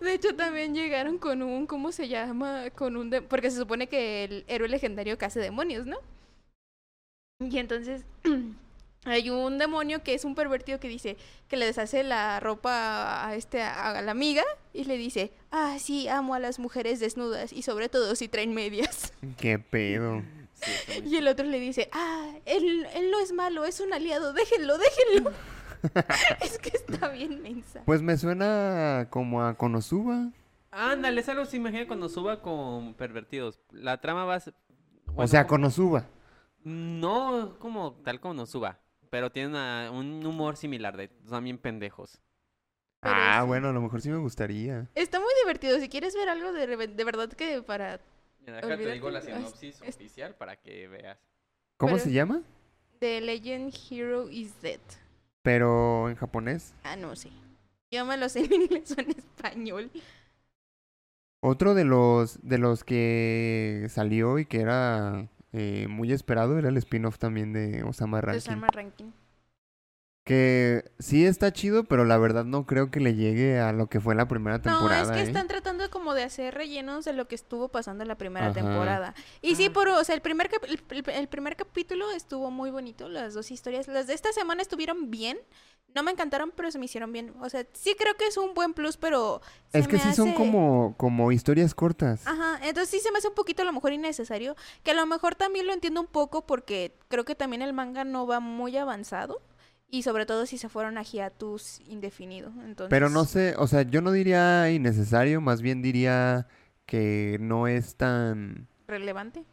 Speaker 4: De hecho, también llegaron con un, ¿cómo se llama? Con un... de- Porque se supone que el héroe legendario caza demonios, ¿no? Y entonces (clears throat) hay un demonio que es un pervertido que dice que le deshace la ropa a, este, a la amiga y le dice, ah, sí, amo a las mujeres desnudas y sobre todo si traen medias. (laughs)
Speaker 3: Qué pedo.
Speaker 2: Sí, está muy
Speaker 4: Y el otro le dice, ah, él, él no es malo, es un aliado, déjenlo, déjenlo. (laughs) es que está bien mensa.
Speaker 3: Pues me suena como a Konosuba.
Speaker 2: Ándale, es algo se imagina cuando suba con pervertidos. La trama va a ser-
Speaker 3: O
Speaker 2: bueno,
Speaker 3: sea,
Speaker 2: como-
Speaker 3: Konosuba.
Speaker 2: No como tal como nos suba, pero tiene una- un humor similar de también pendejos.
Speaker 4: Pero
Speaker 3: Ah,
Speaker 4: es-
Speaker 3: bueno, a lo mejor sí me gustaría.
Speaker 4: Está muy divertido. Si quieres ver algo de, reve- de verdad que para
Speaker 2: Mira,
Speaker 4: acá te Olvídate, digo la es- sinopsis es-
Speaker 2: oficial para que veas.
Speaker 3: ¿Cómo
Speaker 4: Pero-
Speaker 3: se llama?
Speaker 4: The Legend Hero is Dead.
Speaker 3: Pero en japonés.
Speaker 4: Ah, no sé. Yo me lo sé en (laughs) inglés o en español.
Speaker 3: Otro de los de los que salió y que era eh, muy esperado era el spin-off también de Osama
Speaker 4: De
Speaker 3: Rankin.
Speaker 4: Salma Rankin.
Speaker 3: Que sí está chido, pero la verdad no creo que le llegue a lo que fue la primera
Speaker 4: No,
Speaker 3: temporada.
Speaker 4: es que
Speaker 3: ¿eh?
Speaker 4: están tratando como de hacer rellenos de lo que estuvo pasando en la primera
Speaker 3: Ajá.
Speaker 4: temporada. Y sí,
Speaker 2: Ah.
Speaker 4: por, o sea, el primer, cap- el, el- el primer capítulo estuvo muy bonito, las dos historias. Las de esta semana estuvieron bien. No me encantaron, pero se me hicieron bien. O sea, sí creo que es un buen plus, pero... se
Speaker 3: Es que
Speaker 4: me
Speaker 3: sí son
Speaker 4: hace-
Speaker 3: como, como historias cortas.
Speaker 4: Ajá, entonces sí se me hace un poquito a lo mejor innecesario, que a lo mejor también lo entiendo un poco porque creo que también el manga no va muy avanzado y sobre todo si se fueron a hiatus indefinido, entonces...
Speaker 3: Pero no sé, o sea, yo no diría innecesario, más bien diría que no es tan...
Speaker 4: Relevante.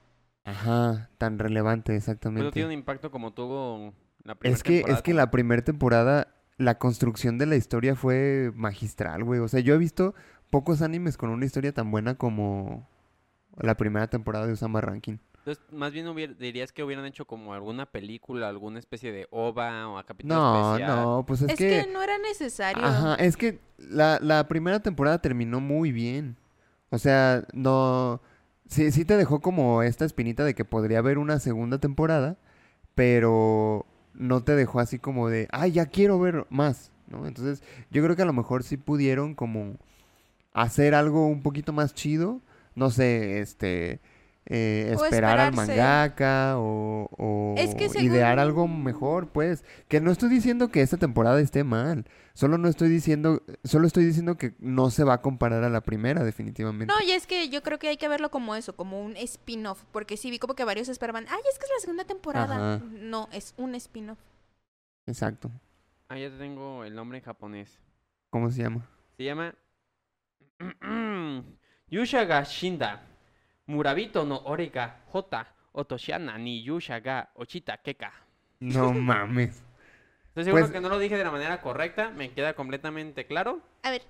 Speaker 3: Ajá, tan relevante,
Speaker 2: Pero tiene
Speaker 3: exactamente.
Speaker 2: un impacto como tuvo la primera
Speaker 3: Es que, es que la primera temporada, la construcción de la historia fue magistral, güey. O sea, yo he visto pocos animes con una historia tan buena como la primera temporada de Osama Rankin.
Speaker 2: Entonces, más bien hubiera- dirías que hubieran hecho como alguna película, alguna especie de ova o a capítulo
Speaker 3: No,
Speaker 2: especial.
Speaker 3: no, pues es,
Speaker 4: Es que, no era necesario.
Speaker 3: Ajá, es que la, la primera temporada terminó muy bien. O sea, no. Sí, sí te dejó como esta espinita de que podría haber una segunda temporada, pero no te dejó así como de, ay, ya quiero ver más, ¿no? Entonces, yo creo que a lo mejor sí pudieron como hacer algo un poquito más chido, no sé, este, eh,
Speaker 4: O
Speaker 3: esperar al
Speaker 4: esperarse.
Speaker 3: mangaka o, o
Speaker 4: Es que
Speaker 3: idear
Speaker 4: según-
Speaker 3: algo mejor, pues, que no estoy diciendo que esta temporada esté mal, solo no estoy diciendo, solo estoy diciendo que no se va a comparar a la primera definitivamente.
Speaker 4: No, y es que yo creo que hay que verlo como eso, como un spin-off, porque sí vi como que varios esperaban, ay, es que es la segunda temporada.
Speaker 3: Ajá.
Speaker 4: No, es un spin-off.
Speaker 3: Exacto.
Speaker 2: Ah, ya tengo el nombre en japonés.
Speaker 3: ¿Cómo se llama?
Speaker 2: Se llama (clears throat) Yusha ga Shinda Murabito no Orega Jota Otoshiana ni Yusha ga Ochita Keka.
Speaker 3: (laughs) No mames.
Speaker 2: Estoy seguro
Speaker 3: Pues-
Speaker 2: que no lo dije de la manera correcta, me queda completamente claro.
Speaker 4: A ver,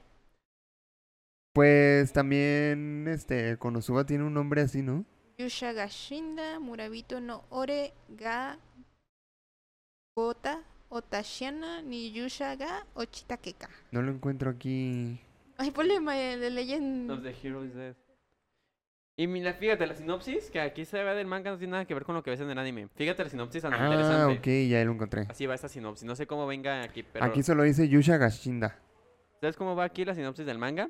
Speaker 3: Pues también, este, Konosuba tiene un nombre así, ¿no?
Speaker 4: Yusha Gashinda, Murabito no Ore ga Gota Otashiana ni Yusha ga Ochitakeka.
Speaker 3: No lo encuentro aquí.
Speaker 4: Ay, ponle ma- de leyenda.
Speaker 2: Of the Hero is Dead. Y mira, fíjate la sinopsis, que aquí se ve del manga, no tiene nada que ver con lo que ves en el anime. Fíjate la sinopsis tan
Speaker 3: Ah,
Speaker 2: interesante.
Speaker 3: ok, ya lo encontré.
Speaker 2: Así va esta sinopsis, no sé cómo venga aquí, pero
Speaker 3: Aquí solo dice Yusha Gashinda. (laughs)
Speaker 2: ¿Sabes cómo va aquí la sinopsis del manga?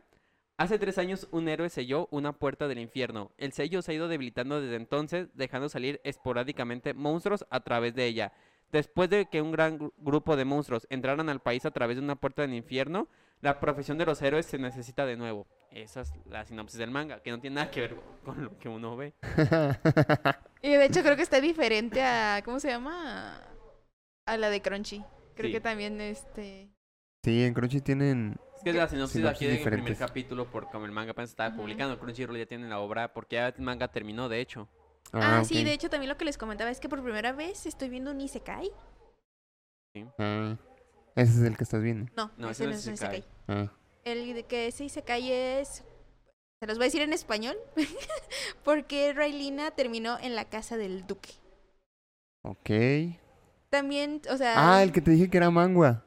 Speaker 2: Hace tres años un héroe selló una puerta del infierno. El sello se ha ido debilitando desde entonces, dejando salir esporádicamente monstruos a través de ella. Después de que un gran gru- grupo de monstruos entraran al país a través de una puerta del infierno, la profesión de los héroes se necesita de nuevo. Esa es la sinopsis del manga, que no tiene nada que ver con lo que uno ve.
Speaker 4: Y de hecho creo que está diferente a, ¿cómo se llama? A la de Crunchy. Creo
Speaker 2: Sí.
Speaker 4: que también este...
Speaker 3: sí, en Crunchy tienen...
Speaker 2: Es que es la sinopsis de aquí
Speaker 3: Sinopsis
Speaker 2: del primer
Speaker 3: diferentes.
Speaker 2: capítulo, por como el manga apenas estaba
Speaker 4: Ujú.
Speaker 2: publicando, Crunchyroll ya tiene la obra, porque ya el manga terminó, de hecho.
Speaker 4: Ah,
Speaker 3: ok.
Speaker 4: sí, de hecho también lo que les comentaba es que por primera vez estoy viendo un Isekai.
Speaker 3: Ah, ese es el que estás viendo.
Speaker 4: No,
Speaker 2: No,
Speaker 4: ese no es un Isekai.
Speaker 3: Ah,
Speaker 4: El de que ese Isekai es... Se los voy a decir en español. (laughs) porque Railina terminó en la casa del duque.
Speaker 3: ok.
Speaker 4: También, o sea...
Speaker 3: Ah, el que te dije que era mangua.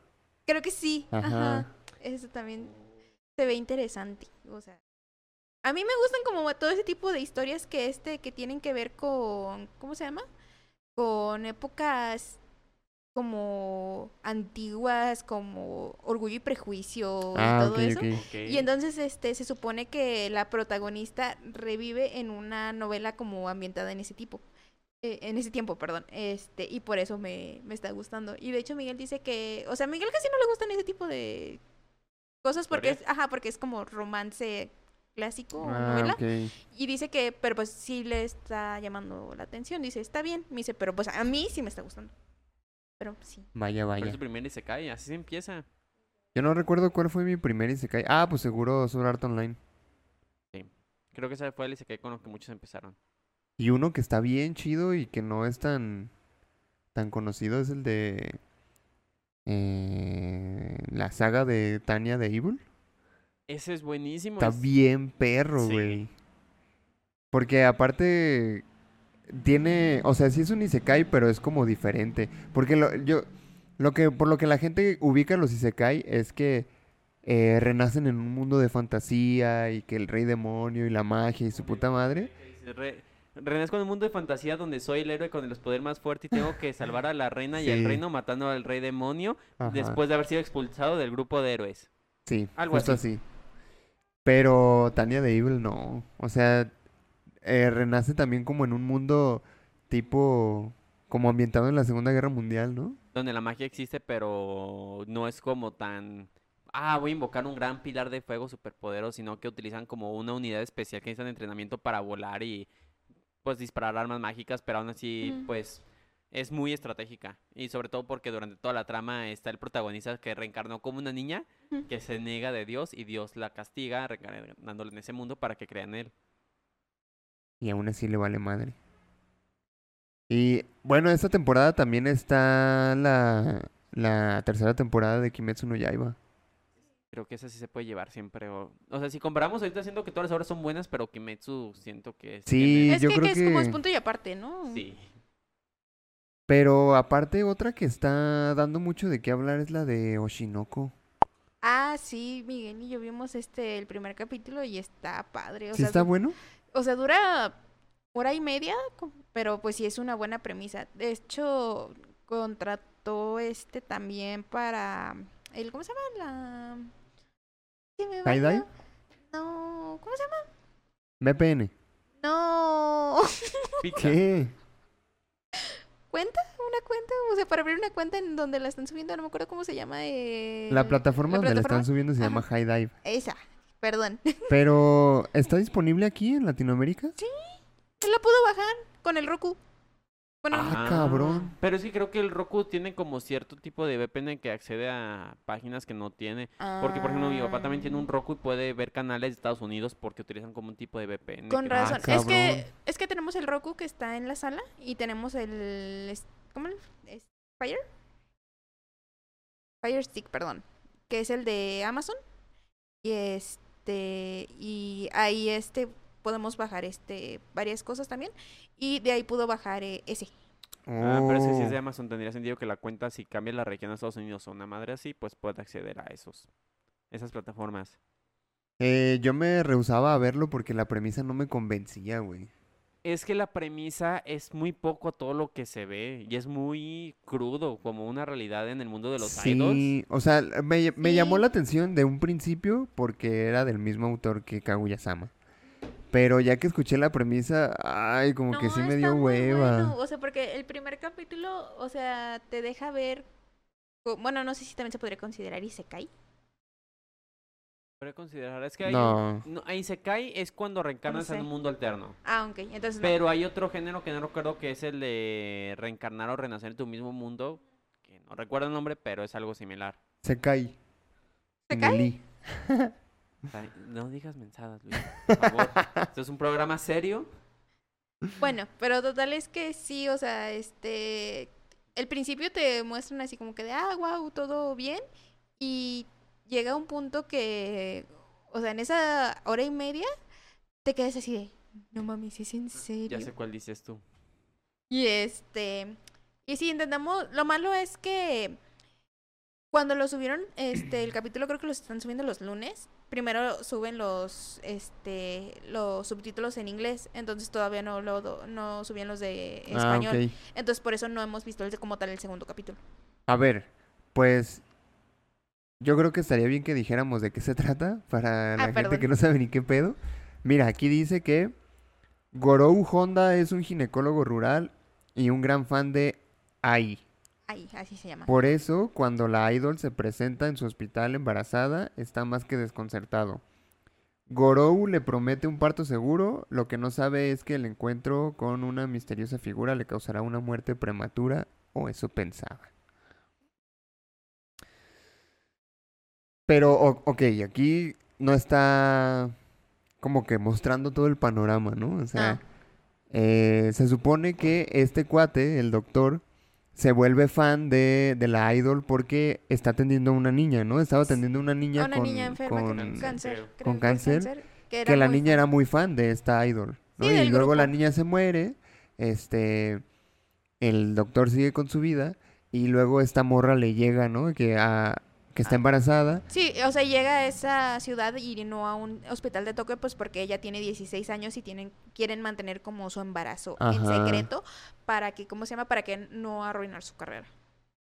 Speaker 4: Creo que sí.
Speaker 3: Ajá.
Speaker 4: Ajá. Eso también se ve interesante. O sea, a mí me gustan como todo ese tipo de historias que este, que tienen que ver con, ¿cómo se llama? Con épocas como antiguas, como orgullo y prejuicio
Speaker 3: Ah,
Speaker 4: y todo
Speaker 3: ok,
Speaker 4: eso.
Speaker 3: ok.
Speaker 2: Ok.
Speaker 4: Y entonces este se supone que la protagonista revive en una novela como ambientada en ese tipo. eh, en ese tiempo, perdón. Este, y por eso me, me está gustando. Y de hecho Miguel dice que, o sea, a Miguel casi no le gustan ese tipo de cosas porque es,
Speaker 2: ¿Historias?
Speaker 4: ajá, porque es como romance clásico o
Speaker 3: Ah,
Speaker 4: novela.
Speaker 3: ok.
Speaker 4: Y dice que, pero pues sí le está llamando la atención. Dice, está bien. Me dice, pero pues a mí sí me está gustando. Pero sí.
Speaker 3: Vaya,
Speaker 2: Pero es
Speaker 3: vaya.
Speaker 2: su primer Isekai, así se empieza.
Speaker 3: Yo no recuerdo cuál fue mi primer Isekai. Ah, pues seguro Sword Art Online.
Speaker 2: Creo que ese fue el Isekai con lo que muchos empezaron.
Speaker 3: Y uno que está bien chido y que no es tan, tan conocido es el de eh, la saga de Tania de Evil.
Speaker 2: Ese es buenísimo.
Speaker 3: Está
Speaker 2: es-
Speaker 3: bien perro,
Speaker 2: Sí.
Speaker 3: güey. Porque aparte tiene, o sea, sí es un isekai, pero es como diferente, porque lo yo lo que por lo que la gente ubica los isekai es que eh, renacen en un mundo de fantasía y que el rey demonio y la magia y su puta madre.
Speaker 2: Re- Renazco en un mundo de fantasía donde soy el héroe con los poderes más fuertes y tengo que salvar a la reina y al
Speaker 3: Sí.
Speaker 2: reino matando al rey demonio
Speaker 3: Ajá,
Speaker 2: después de haber sido expulsado del grupo de héroes.
Speaker 3: sí,
Speaker 2: algo
Speaker 3: justo así. Pero Tania de Evil no, o sea, eh, renace también como en un mundo tipo como ambientado en la Segunda Guerra Mundial, ¿no?
Speaker 2: Donde la magia existe, pero no es como tan. Ah, voy a invocar un gran pilar de fuego superpoderoso, sino que utilizan como una unidad especial que necesitan entrenamiento para volar y pues disparar armas mágicas, pero aún así,
Speaker 4: Ujú.
Speaker 2: pues es muy estratégica. Y sobre todo porque durante toda la trama está el protagonista que reencarnó como una niña
Speaker 4: Ujú.
Speaker 2: que se niega de Dios y Dios la castiga reencarnándole en ese mundo para que crea en él.
Speaker 3: Y aún así le vale madre. Y bueno, esta temporada también está la, la tercera temporada de Kimetsu no Yaiba.
Speaker 2: Creo que esa sí se puede llevar siempre. O, o sea, si comparamos ahorita, siento que todas las obras son buenas, pero Kimetsu siento que... es-
Speaker 3: Sí,
Speaker 2: tiene-
Speaker 4: es
Speaker 3: yo
Speaker 4: que,
Speaker 3: creo
Speaker 4: que es como es
Speaker 3: que-
Speaker 4: punto y aparte, ¿no?
Speaker 2: Sí.
Speaker 3: Pero aparte otra que está dando mucho de qué hablar es la de Oshinoko.
Speaker 4: Ah, sí, Miguel y yo vimos este el primer capítulo y está padre. O
Speaker 3: ¿Sí
Speaker 4: sea,
Speaker 3: está
Speaker 4: du-
Speaker 3: bueno?
Speaker 4: o sea, dura hora y media, co- pero pues sí es una buena premisa. De hecho, contrató este también para el ¿cómo se llama? La se me va el
Speaker 3: ¿Tie-dye?
Speaker 4: nom- No, ¿cómo se llama?
Speaker 3: VPN.
Speaker 4: No. (laughs)
Speaker 2: Pizza.
Speaker 3: ¿Qué?
Speaker 4: ¿Cuenta? ¿Una cuenta? O sea, para abrir una cuenta en donde la están subiendo, no me acuerdo cómo se llama. eh,
Speaker 3: La plataforma donde la
Speaker 4: plataforma?
Speaker 3: están subiendo se llama
Speaker 4: Ajá.
Speaker 3: High Dive.
Speaker 4: Esa, perdón. (laughs)
Speaker 3: Pero ¿está disponible aquí en Latinoamérica?
Speaker 4: Él la pudo bajar con el Roku. Bueno,
Speaker 3: Ah, cabrón.
Speaker 2: Pero es que creo que el Roku tiene como cierto tipo de VPN que accede a páginas que no tiene. Porque, por ejemplo, mi papá también tiene
Speaker 3: Ah.
Speaker 4: Ah,
Speaker 2: un Roku y puede ver canales de Estados Unidos porque utilizan como un tipo de VPN.
Speaker 4: Con
Speaker 2: que-
Speaker 3: Ah,
Speaker 4: razón. es que
Speaker 3: cabrón.
Speaker 4: es que tenemos el Roku que está en la sala y tenemos el es- ¿cómo el es- Fire? Fire Stick, perdón, que es el de Amazon. Y este y ahí este podemos bajar este varias cosas también y de ahí pudo bajar eh, ese.
Speaker 2: Ah, pero es que si
Speaker 3: Oh.
Speaker 2: es de Amazon tendría sentido que la cuenta, si cambia la región a Estados Unidos o una madre así, pues puede acceder a esos. Esas plataformas.
Speaker 3: Eh, yo me rehusaba a verlo porque la premisa no me convencía, güey.
Speaker 2: Es que la premisa es muy poco a todo lo que se ve y es muy crudo, como una realidad en el mundo de los idols.
Speaker 3: Sí, o sea, l- me, me llamó
Speaker 4: Sí.
Speaker 3: la atención de un principio porque era del mismo autor que Kaguya-sama. Pero ya que escuché la premisa, ay, como que sí me
Speaker 4: está
Speaker 3: dio
Speaker 4: muy
Speaker 3: hueva.
Speaker 4: bueno, O sea, porque el primer capítulo, o sea, te deja ver co- bueno, no sé si también se podría considerar Isekai.
Speaker 2: Podría considerar, es que hay un-
Speaker 3: No.
Speaker 2: No, ahí se cae es cuando reencarnas en
Speaker 4: sé.
Speaker 2: un mundo alterno.
Speaker 4: Ah, ok. Entonces no.
Speaker 2: Pero hay otro género que no recuerdo que es el de reencarnar o renacer en tu mismo mundo. Que no recuerdo el nombre, pero es algo similar.
Speaker 3: Se cae.
Speaker 4: ¿Se
Speaker 3: Sin
Speaker 4: cae?
Speaker 3: el i.
Speaker 4: (laughs)
Speaker 2: Ay, No digas mensadas, Luis. Por favor. Esto es un programa serio.
Speaker 4: Bueno, pero total es que sí, o sea, este, el principio te muestran así como que de, ah, wow, todo bien, y llega un punto que, o sea, en esa hora y media te quedas así de, no mames, es en serio.
Speaker 2: Ya sé cuál dices tú.
Speaker 4: Y este, y sí, intentamos, lo malo es que cuando lo subieron, este, el capítulo creo que los están subiendo los lunes, primero suben los, este, los subtítulos en inglés, entonces todavía no lo, do- no subían los de
Speaker 3: Ah,
Speaker 4: español.
Speaker 3: ok.
Speaker 4: Entonces por eso no hemos visto el- como tal el segundo capítulo.
Speaker 3: A ver, pues yo creo que estaría bien que dijéramos de qué se trata para la gente
Speaker 4: Ah, perdón.
Speaker 3: que no sabe ni qué pedo. Mira, aquí dice que Gorou Honda es un ginecólogo rural y un gran fan de AI.
Speaker 4: Ahí, así se llama.
Speaker 3: Por eso, cuando la idol se presenta en su hospital embarazada, está más que desconcertado. Gorou le promete un parto seguro, lo que no sabe es que el encuentro con una misteriosa figura le causará una muerte prematura, o eso pensaba. Pero, o- ok, aquí no está como que mostrando todo el panorama, ¿no? O sea,
Speaker 4: Ah.
Speaker 3: eh, se supone que este cuate, el doctor, se vuelve fan de, de la idol porque está atendiendo a una niña, ¿no? Estaba atendiendo a una niña,
Speaker 4: A una
Speaker 3: con,
Speaker 4: niña enferma que
Speaker 3: con-
Speaker 4: con cáncer.
Speaker 2: Con
Speaker 4: creo que fue
Speaker 3: cáncer,
Speaker 4: que,
Speaker 3: que,
Speaker 4: era
Speaker 3: la
Speaker 4: muy-
Speaker 3: niña era muy fan de esta idol, ¿no?
Speaker 4: Sí,
Speaker 3: y
Speaker 4: del
Speaker 3: luego la
Speaker 4: grupo.
Speaker 3: niña se muere, este, el doctor sigue con su vida y luego esta morra le llega, ¿no? Que, a- que
Speaker 4: Ah.
Speaker 3: está embarazada.
Speaker 4: Sí, o sea, llega a esa ciudad y no a un hospital de toque, pues porque ella tiene 16 años y tienen quieren mantener como su embarazo en
Speaker 3: Ajá.
Speaker 4: secreto para que, ¿cómo se llama? Para que no arruinar su carrera.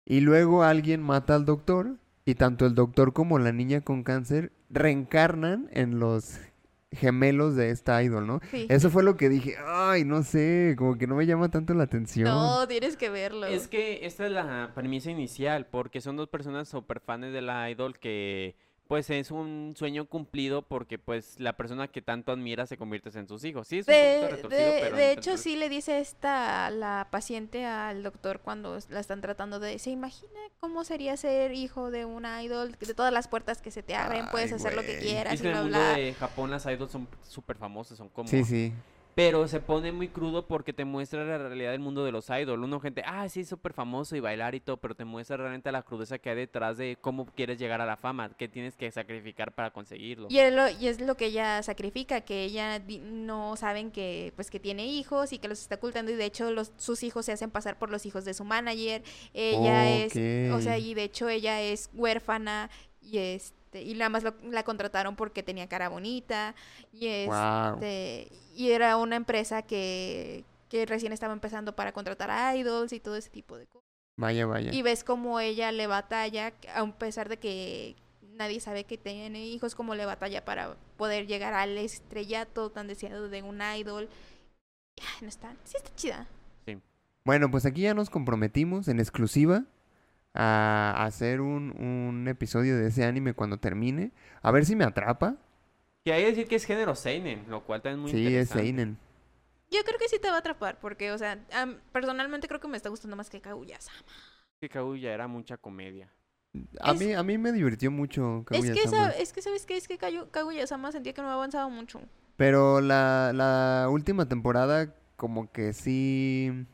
Speaker 3: Y luego alguien mata al doctor y tanto el doctor como la niña con cáncer reencarnan en los gemelos de esta idol, ¿no?
Speaker 4: Sí.
Speaker 3: Eso fue lo que dije, ay, no sé, como que no me llama tanto la atención.
Speaker 4: No, tienes que verlo.
Speaker 2: Es que esta es la premisa inicial, porque son dos personas súper fanes de la idol que pues es un sueño cumplido porque pues la persona que tanto admira se convierte en sus hijos. Sí, es un poquito
Speaker 4: De,
Speaker 2: retorcido,
Speaker 4: de-
Speaker 2: pero
Speaker 4: de
Speaker 2: intento-
Speaker 4: hecho, sí le dice esta la paciente al doctor cuando la están tratando de. ¿Se imagina cómo sería ser hijo de un idol? De todas las puertas que se te abren, puedes
Speaker 3: Ay,
Speaker 4: hacer lo que
Speaker 3: güey.
Speaker 4: quieras
Speaker 2: Es
Speaker 4: y
Speaker 2: que en
Speaker 4: bla,
Speaker 2: el mundo
Speaker 4: bla.
Speaker 2: de Japón las idols son súper famosas, son como...
Speaker 3: Sí, sí.
Speaker 2: Pero se pone muy crudo porque te muestra la realidad del mundo de los idol. Uno gente, ah, sí, súper famoso y bailar y todo, pero te muestra realmente la crudeza que hay detrás de cómo quieres llegar a la fama, qué tienes que sacrificar para conseguirlo.
Speaker 4: Y, es lo, y es lo que ella sacrifica, que ella di- no saben que pues que tiene hijos y que los está ocultando y de hecho los, sus hijos se hacen pasar por los hijos de su manager. Ella es, o sea,
Speaker 3: Ok.
Speaker 4: y de hecho ella es huérfana y este y nada más lo- la contrataron porque tenía cara bonita y
Speaker 3: Guau.
Speaker 4: este y era una empresa que que recién estaba empezando para contratar a idols y todo ese tipo de cosas.
Speaker 3: Vaya, vaya.
Speaker 4: Y ves cómo ella le batalla, a pesar de que nadie sabe que tiene hijos, como le batalla para poder llegar al estrellato tan deseado de un idol. Ay, no está, sí está chida.
Speaker 3: Bueno, pues aquí ya nos comprometimos en exclusiva a hacer un, un episodio de ese anime cuando termine. A ver si me atrapa.
Speaker 2: Que hay que decir que es género seinen, lo cual también es muy
Speaker 3: sí, es
Speaker 2: interesante.
Speaker 3: Seinen.
Speaker 4: Yo creo que sí te va a atrapar, porque, o sea, am- personalmente creo que me está gustando más que Kaguya-sama.
Speaker 2: Que Kaguya era mucha comedia.
Speaker 3: A,
Speaker 4: Es-
Speaker 3: mí, a mí me divirtió mucho
Speaker 4: Es que,
Speaker 3: Kaguya-sama.
Speaker 4: sa- es que, ¿sabes qué? Es que Kayu- Kaguya-sama sentía que no avanzaba mucho.
Speaker 3: Pero la, la última temporada como que sí...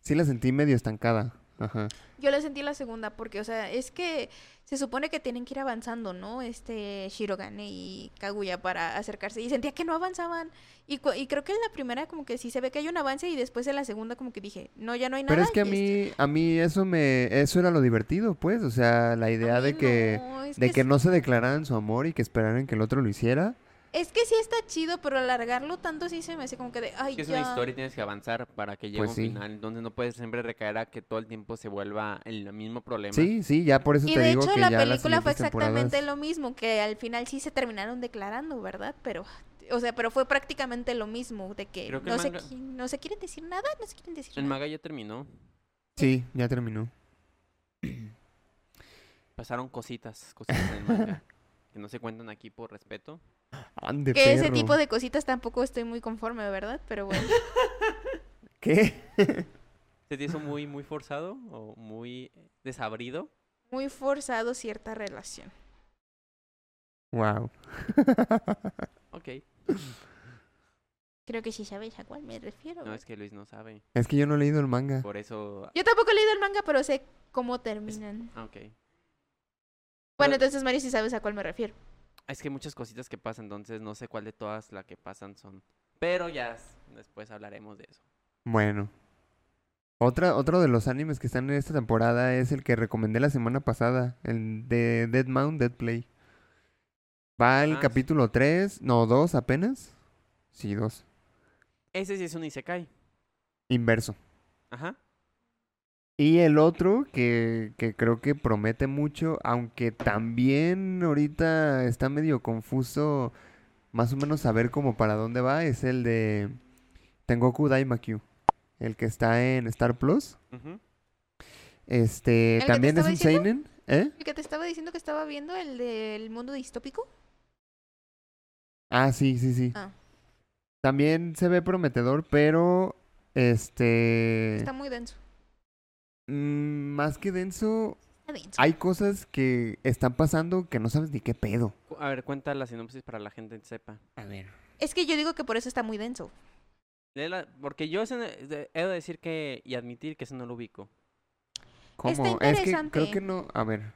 Speaker 3: Sí la sentí medio estancada. Ajá.
Speaker 4: Yo le sentí la segunda, porque, o sea, es que se supone que tienen que ir avanzando, ¿no? Este Shirogane y Kaguya para acercarse. Y sentía que no avanzaban. Y, cu- y creo que en la primera como que sí se ve que hay un avance y después en la segunda como que dije, no, ya no hay nada.
Speaker 3: Pero es que a
Speaker 4: y este
Speaker 3: mí, a mí eso me... Eso era lo divertido, pues. O sea, la
Speaker 4: a
Speaker 3: idea
Speaker 4: mí
Speaker 3: de que...
Speaker 4: no, es
Speaker 3: de que
Speaker 4: sí-
Speaker 3: no se declararan su amor y que esperaran que el otro lo hiciera.
Speaker 4: Es que sí está chido, pero alargarlo tanto sí se me hace como que de, ay,
Speaker 2: Que es
Speaker 4: ya.
Speaker 2: una historia y tienes que avanzar para que llegue
Speaker 3: Pues
Speaker 2: a un
Speaker 3: sí.
Speaker 2: final. Entonces no puedes siempre recaer a que todo el tiempo se vuelva el mismo problema.
Speaker 3: Sí, sí, ya por eso
Speaker 4: Y
Speaker 3: te
Speaker 4: de
Speaker 3: digo
Speaker 4: hecho
Speaker 3: que
Speaker 4: la
Speaker 3: ya las
Speaker 4: película fue
Speaker 3: siguientes temporadas-
Speaker 4: exactamente lo mismo, que al final sí se terminaron declarando, ¿verdad? Pero, o sea, pero fue prácticamente lo mismo, de que,
Speaker 2: Creo que
Speaker 4: no,
Speaker 2: el
Speaker 4: se,
Speaker 2: manga-
Speaker 4: qui- no se quieren decir nada, no se quieren decir
Speaker 2: El
Speaker 4: nada.
Speaker 2: manga ya terminó.
Speaker 3: Sí, ya terminó.
Speaker 2: Pasaron cositas, cositas en el manga. que no se cuentan aquí por respeto.
Speaker 3: Ande,
Speaker 4: Que ese
Speaker 3: perro.
Speaker 4: tipo de cositas tampoco estoy muy conforme, ¿verdad?
Speaker 3: (laughs)
Speaker 4: Pero bueno.
Speaker 3: ¿Qué? (laughs)
Speaker 2: ¿Se te hizo muy, muy forzado o muy desabrido?
Speaker 4: Muy forzado cierta relación.
Speaker 3: Wow.
Speaker 2: Ok.
Speaker 4: Creo que sí sabéis a cuál me refiero.
Speaker 2: No, es que Luis no sabe.
Speaker 3: Es que yo no he leído el manga.
Speaker 2: Por eso.
Speaker 4: Yo tampoco he leído el manga, pero sé cómo terminan.
Speaker 2: Ah, ok.
Speaker 4: Bueno, entonces Mario sí sabes a cuál me refiero.
Speaker 2: Es que hay muchas cositas que pasan, entonces no sé cuál de todas las que pasan son. Pero ya s- después hablaremos de eso.
Speaker 3: Bueno. Otra, otro de los animes que están en esta temporada es el que recomendé la semana pasada, el de Dead Mount, Dead Play. Va el
Speaker 2: Ah, sí.
Speaker 3: capítulo 3, no, 2 apenas. Sí, 2.
Speaker 2: Ese sí es un Isekai.
Speaker 3: Inverso.
Speaker 2: Ajá.
Speaker 3: Y el otro que, que creo que promete mucho, aunque también ahorita está medio confuso más o menos saber como para dónde va, es el de Tengoku Daimakyu, el que está en Star Plus.
Speaker 2: Ujú.
Speaker 3: Este,
Speaker 4: ¿El que te
Speaker 3: también es
Speaker 4: estaba
Speaker 3: un
Speaker 4: diciendo?
Speaker 3: seinen, ¿eh?
Speaker 4: El que te estaba diciendo que estaba viendo, el del mundo distópico.
Speaker 3: Ah, sí, sí, sí.
Speaker 4: Ah.
Speaker 3: También se ve prometedor, pero este
Speaker 4: Está muy denso.
Speaker 3: mm, más que denso,
Speaker 4: Está denso.
Speaker 3: hay cosas que están pasando que no sabes ni qué pedo.
Speaker 2: Cu- A ver, cuenta la sinopsis para la gente sepa.
Speaker 3: A ver.
Speaker 4: Es que yo digo que por eso está muy denso.
Speaker 2: Léela, porque yo ese no- de- he de decir que y admitir que ese no lo ubico.
Speaker 3: ¿Cómo? Es que creo
Speaker 4: interesante.
Speaker 3: que no, a ver.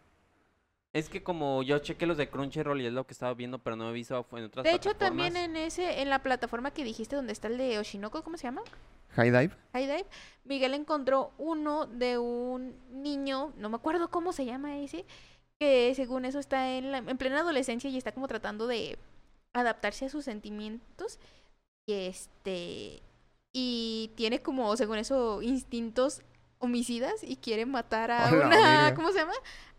Speaker 2: Es que como yo chequé los de Crunchyroll y es lo que estaba viendo, pero no he visto en otras
Speaker 4: De hecho, también
Speaker 2: plataformas.
Speaker 4: en ese, en la plataforma que dijiste donde está el de Oshinoko, ¿cómo se llama?
Speaker 3: High Dive.
Speaker 4: High Dive, Miguel encontró uno de un niño, no me acuerdo cómo se llama ese, que según eso está en, la- en plena adolescencia y está como tratando de adaptarse a sus sentimientos. Y este. Y tiene como, según eso, instintos homicidas y quiere matar a
Speaker 3: A la
Speaker 4: una.
Speaker 3: verga.
Speaker 4: ¿Cómo se llama?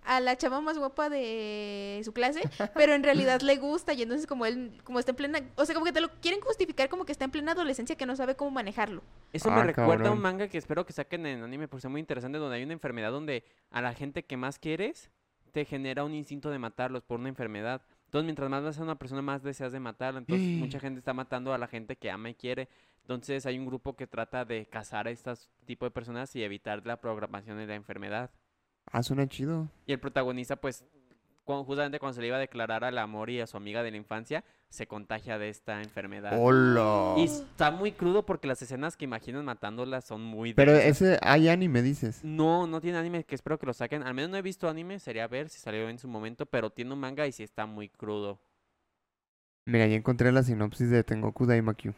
Speaker 4: A la chava más guapa de su clase, pero en realidad le gusta y entonces como él, como está en plena, o sea, como que te lo quieren justificar como que está en plena adolescencia que no sabe cómo manejarlo.
Speaker 2: Eso me
Speaker 3: Ah,
Speaker 2: recuerda a un
Speaker 3: cabrón.
Speaker 2: manga que espero que saquen en anime porque está muy interesante, donde hay una enfermedad donde a la gente que más quieres te genera un instinto de matarlos por una enfermedad. Entonces, mientras más vas a una persona, más deseas de matarla.
Speaker 3: (gasps)
Speaker 2: Entonces, mucha gente está matando a la gente que ama y quiere. Entonces, hay un grupo que trata de cazar a este tipo de personas y evitar la programación de la enfermedad.
Speaker 3: Ah, suena chido.
Speaker 2: Y el protagonista, pues, cuando- justamente cuando se le iba a declarar al amor y a su amiga de la infancia, se contagia de esta enfermedad.
Speaker 3: Oh, Hola.
Speaker 2: Y está muy crudo porque las escenas que imaginan matándolas son muy...
Speaker 3: Pero
Speaker 2: densas.
Speaker 3: ese hay anime, dices.
Speaker 2: No, no tiene anime, que espero que lo saquen. Al menos no he visto anime, sería ver si salió en su momento, pero tiene un manga y sí está muy crudo.
Speaker 3: Mira, ya encontré la sinopsis de Tengoku Daimakyu.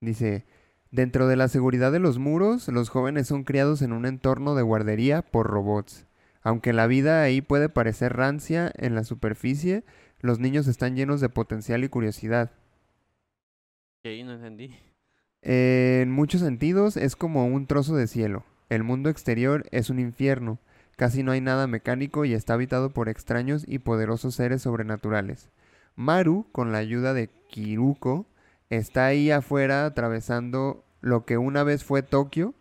Speaker 3: Dice, dentro de la seguridad de los muros, los jóvenes son criados en un entorno de guardería por robots. Aunque la vida ahí puede parecer rancia en la superficie, los niños están llenos de potencial y curiosidad.
Speaker 2: Que no entendí.
Speaker 3: Eh, En muchos sentidos es como un trozo de cielo. El mundo exterior es un infierno. Casi no hay nada mecánico y está habitado por extraños y poderosos seres sobrenaturales. Maru, con la ayuda de Kiruko, está ahí afuera atravesando lo que una vez fue Tokio,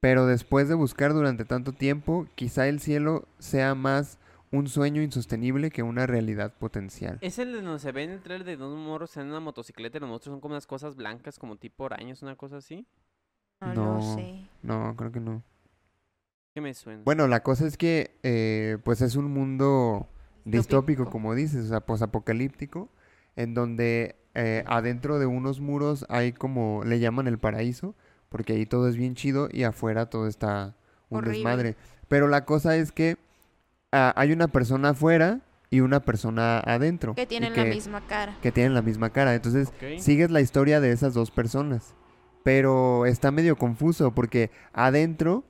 Speaker 3: pero después de buscar durante tanto tiempo, quizá el cielo sea más un sueño insostenible que una realidad potencial.
Speaker 2: Es el de donde se ve en el trailer de dos morros en una motocicleta y los monstruos son como unas cosas blancas, como tipo arañas, una cosa así.
Speaker 4: Ah, No, lo
Speaker 3: No.
Speaker 4: sé.
Speaker 3: No, creo que no.
Speaker 2: ¿Qué me suena?
Speaker 3: Bueno, la cosa es que eh, pues es un mundo distópico, como dices, o sea, posapocalíptico, en donde eh, adentro de unos muros hay como le llaman el paraíso, porque ahí todo es bien chido y afuera todo está un
Speaker 4: Horrible.
Speaker 3: desmadre. Pero la cosa es que ah, hay una persona afuera y una persona adentro.
Speaker 4: Que
Speaker 3: y
Speaker 4: tienen la misma cara.
Speaker 3: Que tienen la misma cara. Entonces,
Speaker 2: Ok.
Speaker 3: sigues la historia de esas dos personas. Pero está medio confuso porque adentro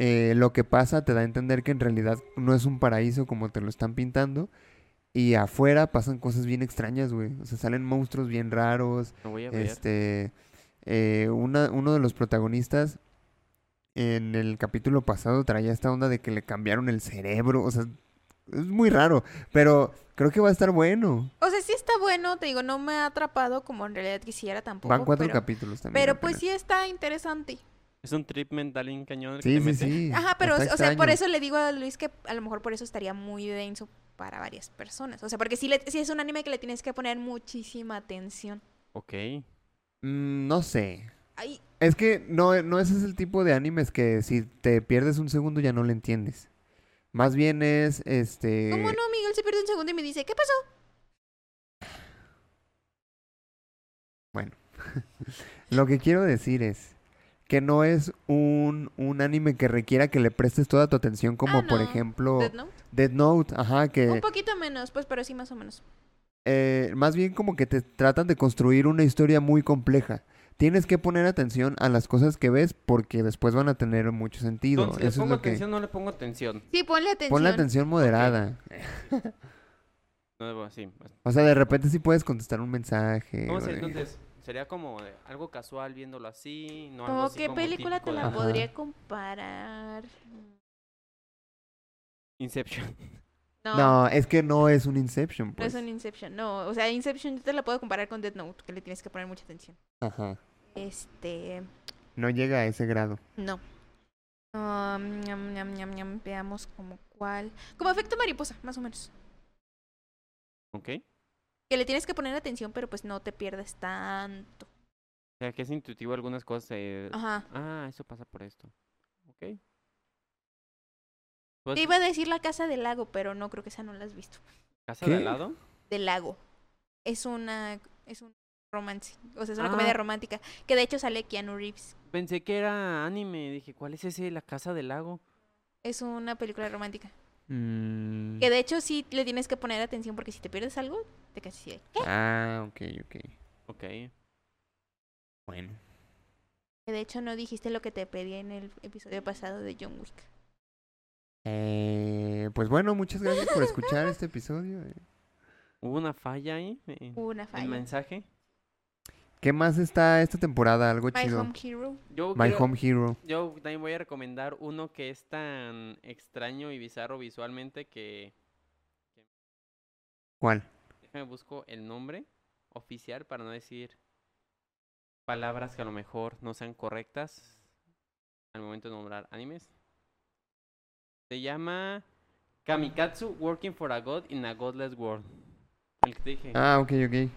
Speaker 3: eh, lo que pasa te da a entender que en realidad no es un paraíso como te lo están pintando. Y afuera pasan cosas bien extrañas, güey. O sea, salen monstruos bien raros.
Speaker 2: Lo voy a ver.
Speaker 3: Este, eh, una- uno de los protagonistas en el capítulo pasado traía esta onda de que le cambiaron el cerebro. O sea, es muy raro. Pero creo que va a estar bueno.
Speaker 4: O sea, sí está bueno, te digo, no me ha atrapado como en realidad quisiera tampoco.
Speaker 3: Van cuatro
Speaker 4: pero,
Speaker 3: capítulos también.
Speaker 4: Pero pues
Speaker 3: apenas.
Speaker 4: sí está interesante.
Speaker 2: Es un trip mental y un (laughs) cañón. el que
Speaker 3: Sí,
Speaker 2: te
Speaker 3: sí,
Speaker 2: mete.
Speaker 3: sí.
Speaker 4: Ajá, pero o
Speaker 3: está
Speaker 4: sea, o sea, por
Speaker 3: extraño.
Speaker 4: eso le digo a Luis que a lo mejor por eso estaría muy denso para varias personas. O sea, porque sí, le, sí es un anime que le tienes que poner muchísima atención.
Speaker 2: Ok.
Speaker 3: Mm, no sé.
Speaker 4: Ay,
Speaker 3: Es que no, no ese es el tipo de animes que si te pierdes un segundo ya no le entiendes. Más bien es este.
Speaker 4: ¿cómo no? Miguel se pierde un segundo y me dice, ¿qué pasó?
Speaker 3: Bueno. Lo que quiero decir es que no es un, un anime que requiera que le prestes toda tu atención, como
Speaker 4: Ah,
Speaker 3: por
Speaker 4: no.
Speaker 3: ejemplo
Speaker 4: Death Note.
Speaker 3: Dead Note, ajá,
Speaker 4: Un
Speaker 3: que
Speaker 4: poquito menos, pues, pero sí más o menos.
Speaker 3: eh, más bien como que te tratan de construir una historia muy compleja. Tienes que poner atención a las cosas que ves porque después van a tener mucho sentido.
Speaker 2: Entonces, ¿le
Speaker 3: Eso es
Speaker 2: pongo
Speaker 3: lo que...
Speaker 2: atención o no le pongo atención?
Speaker 4: Sí, ponle atención.
Speaker 3: Pon la atención moderada.
Speaker 2: No debo, sí.
Speaker 3: O sea, de repente sí puedes contestar un mensaje.
Speaker 2: ¿Cómo
Speaker 3: o
Speaker 2: sería
Speaker 3: de-
Speaker 2: entonces? Sería como de algo casual viéndolo así, no algo
Speaker 4: Como
Speaker 2: así
Speaker 4: qué
Speaker 2: como
Speaker 4: película te
Speaker 2: típico de-
Speaker 4: la
Speaker 3: Ajá.
Speaker 4: podría comparar.
Speaker 2: (laughs) Inception. (laughs)
Speaker 4: No, no,
Speaker 3: No, es que no es un Inception, pues.
Speaker 4: es un Inception. No, o sea, Inception yo te la puedo comparar con Death Note, que le tienes que poner mucha atención.
Speaker 3: Ajá.
Speaker 4: Este,
Speaker 3: No llega a ese grado.
Speaker 4: no. Ah, ñam, ñam, ñam, ñam, veamos como cuál. Como efecto mariposa, más o menos.
Speaker 2: ¿Ok? O
Speaker 4: Que le tienes que poner atención, pero pues no te pierdes tanto.
Speaker 2: sea, que es intuitivo algunas cosas. eh,
Speaker 4: Ajá.
Speaker 2: Ah, eso pasa por esto. ¿Ok?
Speaker 4: Te
Speaker 2: Pues,
Speaker 4: iba a decir la casa del lago, pero no creo que esa no la has visto.
Speaker 2: ¿Casa de al
Speaker 3: ¿Qué?
Speaker 2: lado?
Speaker 4: del lago. Es una es un romance, o sea, es una
Speaker 2: Ah.
Speaker 4: comedia romántica que de hecho sale Keanu Reeves.
Speaker 2: Pensé que era anime. Dije, ¿cuál es ese? La Casa del Lago.
Speaker 4: Es una película romántica
Speaker 3: Mm,
Speaker 4: que de hecho sí le tienes que poner atención porque si te pierdes algo te quedas así. de, ¿Qué?
Speaker 3: Ah, ok, ok.
Speaker 2: Ok.
Speaker 3: Bueno.
Speaker 4: Que de hecho no dijiste lo que te pedí en el episodio pasado de John Wick.
Speaker 3: Eh, pues bueno, muchas gracias por escuchar este episodio. eh.
Speaker 2: ¿Hubo una falla ahí? eh,
Speaker 4: Hubo una
Speaker 2: ¿El
Speaker 4: falla.
Speaker 2: mensaje?
Speaker 3: ¿Qué más está esta temporada? Algo
Speaker 4: My
Speaker 3: chido.
Speaker 4: Home Hero.
Speaker 2: Yo,
Speaker 3: My
Speaker 2: creo-
Speaker 3: Home Hero.
Speaker 2: yo también voy a recomendar uno que es tan extraño y bizarro visualmente que...
Speaker 3: ¿Cuál?
Speaker 2: Déjame busco el nombre oficial para no decir palabras que a lo mejor no sean correctas al momento de nombrar animes. Se llama Kamikatsu Working for a God in a Godless World. El que te dije.
Speaker 3: Ah, ok, ok.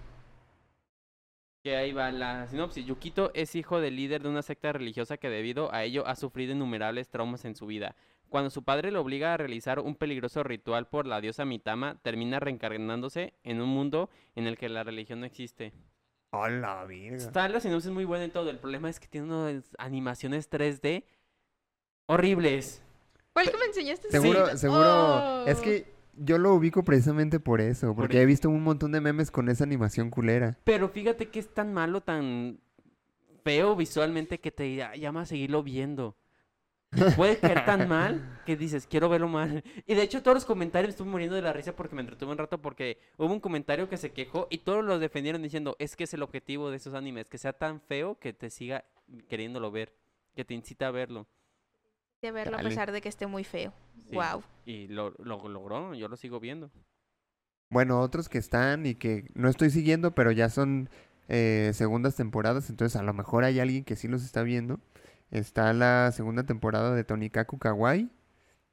Speaker 2: Que ahí va la sinopsis. Yukito es hijo del líder de una secta religiosa que debido a ello ha sufrido innumerables traumas en su vida. Cuando su padre lo obliga a realizar un peligroso ritual por la diosa Mitama, termina reencarnándose en un mundo en el que la religión no existe.
Speaker 3: Hola, virga.
Speaker 2: Está la sinopsis muy buena en todo. El problema es que tiene unas animaciones 3D horribles.
Speaker 4: ¿Cuál que me enseñaste?
Speaker 3: Seguro,
Speaker 4: Sí.
Speaker 3: seguro. Es
Speaker 4: Oh.
Speaker 3: que yo lo ubico precisamente por eso. Porque
Speaker 2: eso.
Speaker 3: he visto un montón de memes con esa animación culera.
Speaker 2: Pero fíjate que es tan malo, tan feo visualmente que te ya- llama a seguirlo viendo. Puede caer tan mal que dices, quiero verlo mal. Y de hecho todos los comentarios me estuve muriendo de la risa porque me entretuve un rato porque hubo un comentario que se quejó y todos lo defendieron diciendo, es que es el objetivo de esos animes, que sea tan feo que te siga queriéndolo ver, que te incita a verlo.
Speaker 4: de verlo a
Speaker 3: Chale.
Speaker 4: pesar de que esté muy feo.
Speaker 2: Sí.
Speaker 4: Wow.
Speaker 2: Y lo, lo logró, yo lo sigo viendo.
Speaker 3: Bueno, otros que están y que no estoy siguiendo, pero ya son eh, segundas temporadas, entonces a lo mejor hay alguien que sí los está viendo. Está la segunda temporada de Tonikaku Kawaii,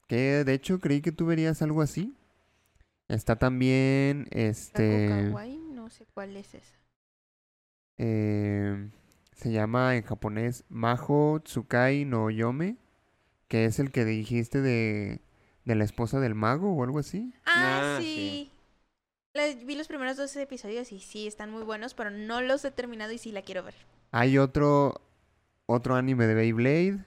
Speaker 3: que de hecho creí que tú verías algo así. Está también este
Speaker 4: Kawaii, no sé cuál es esa.
Speaker 3: eh, se llama en japonés Majo Tsukai no Yome, que es el que dijiste de de la esposa del mago o algo así.
Speaker 4: Ah,
Speaker 2: Ah,
Speaker 4: sí.
Speaker 2: sí.
Speaker 4: La- vi los primeros dos episodios y sí, están muy buenos, pero no los he terminado y sí la quiero ver.
Speaker 3: Hay otro otro anime de Beyblade.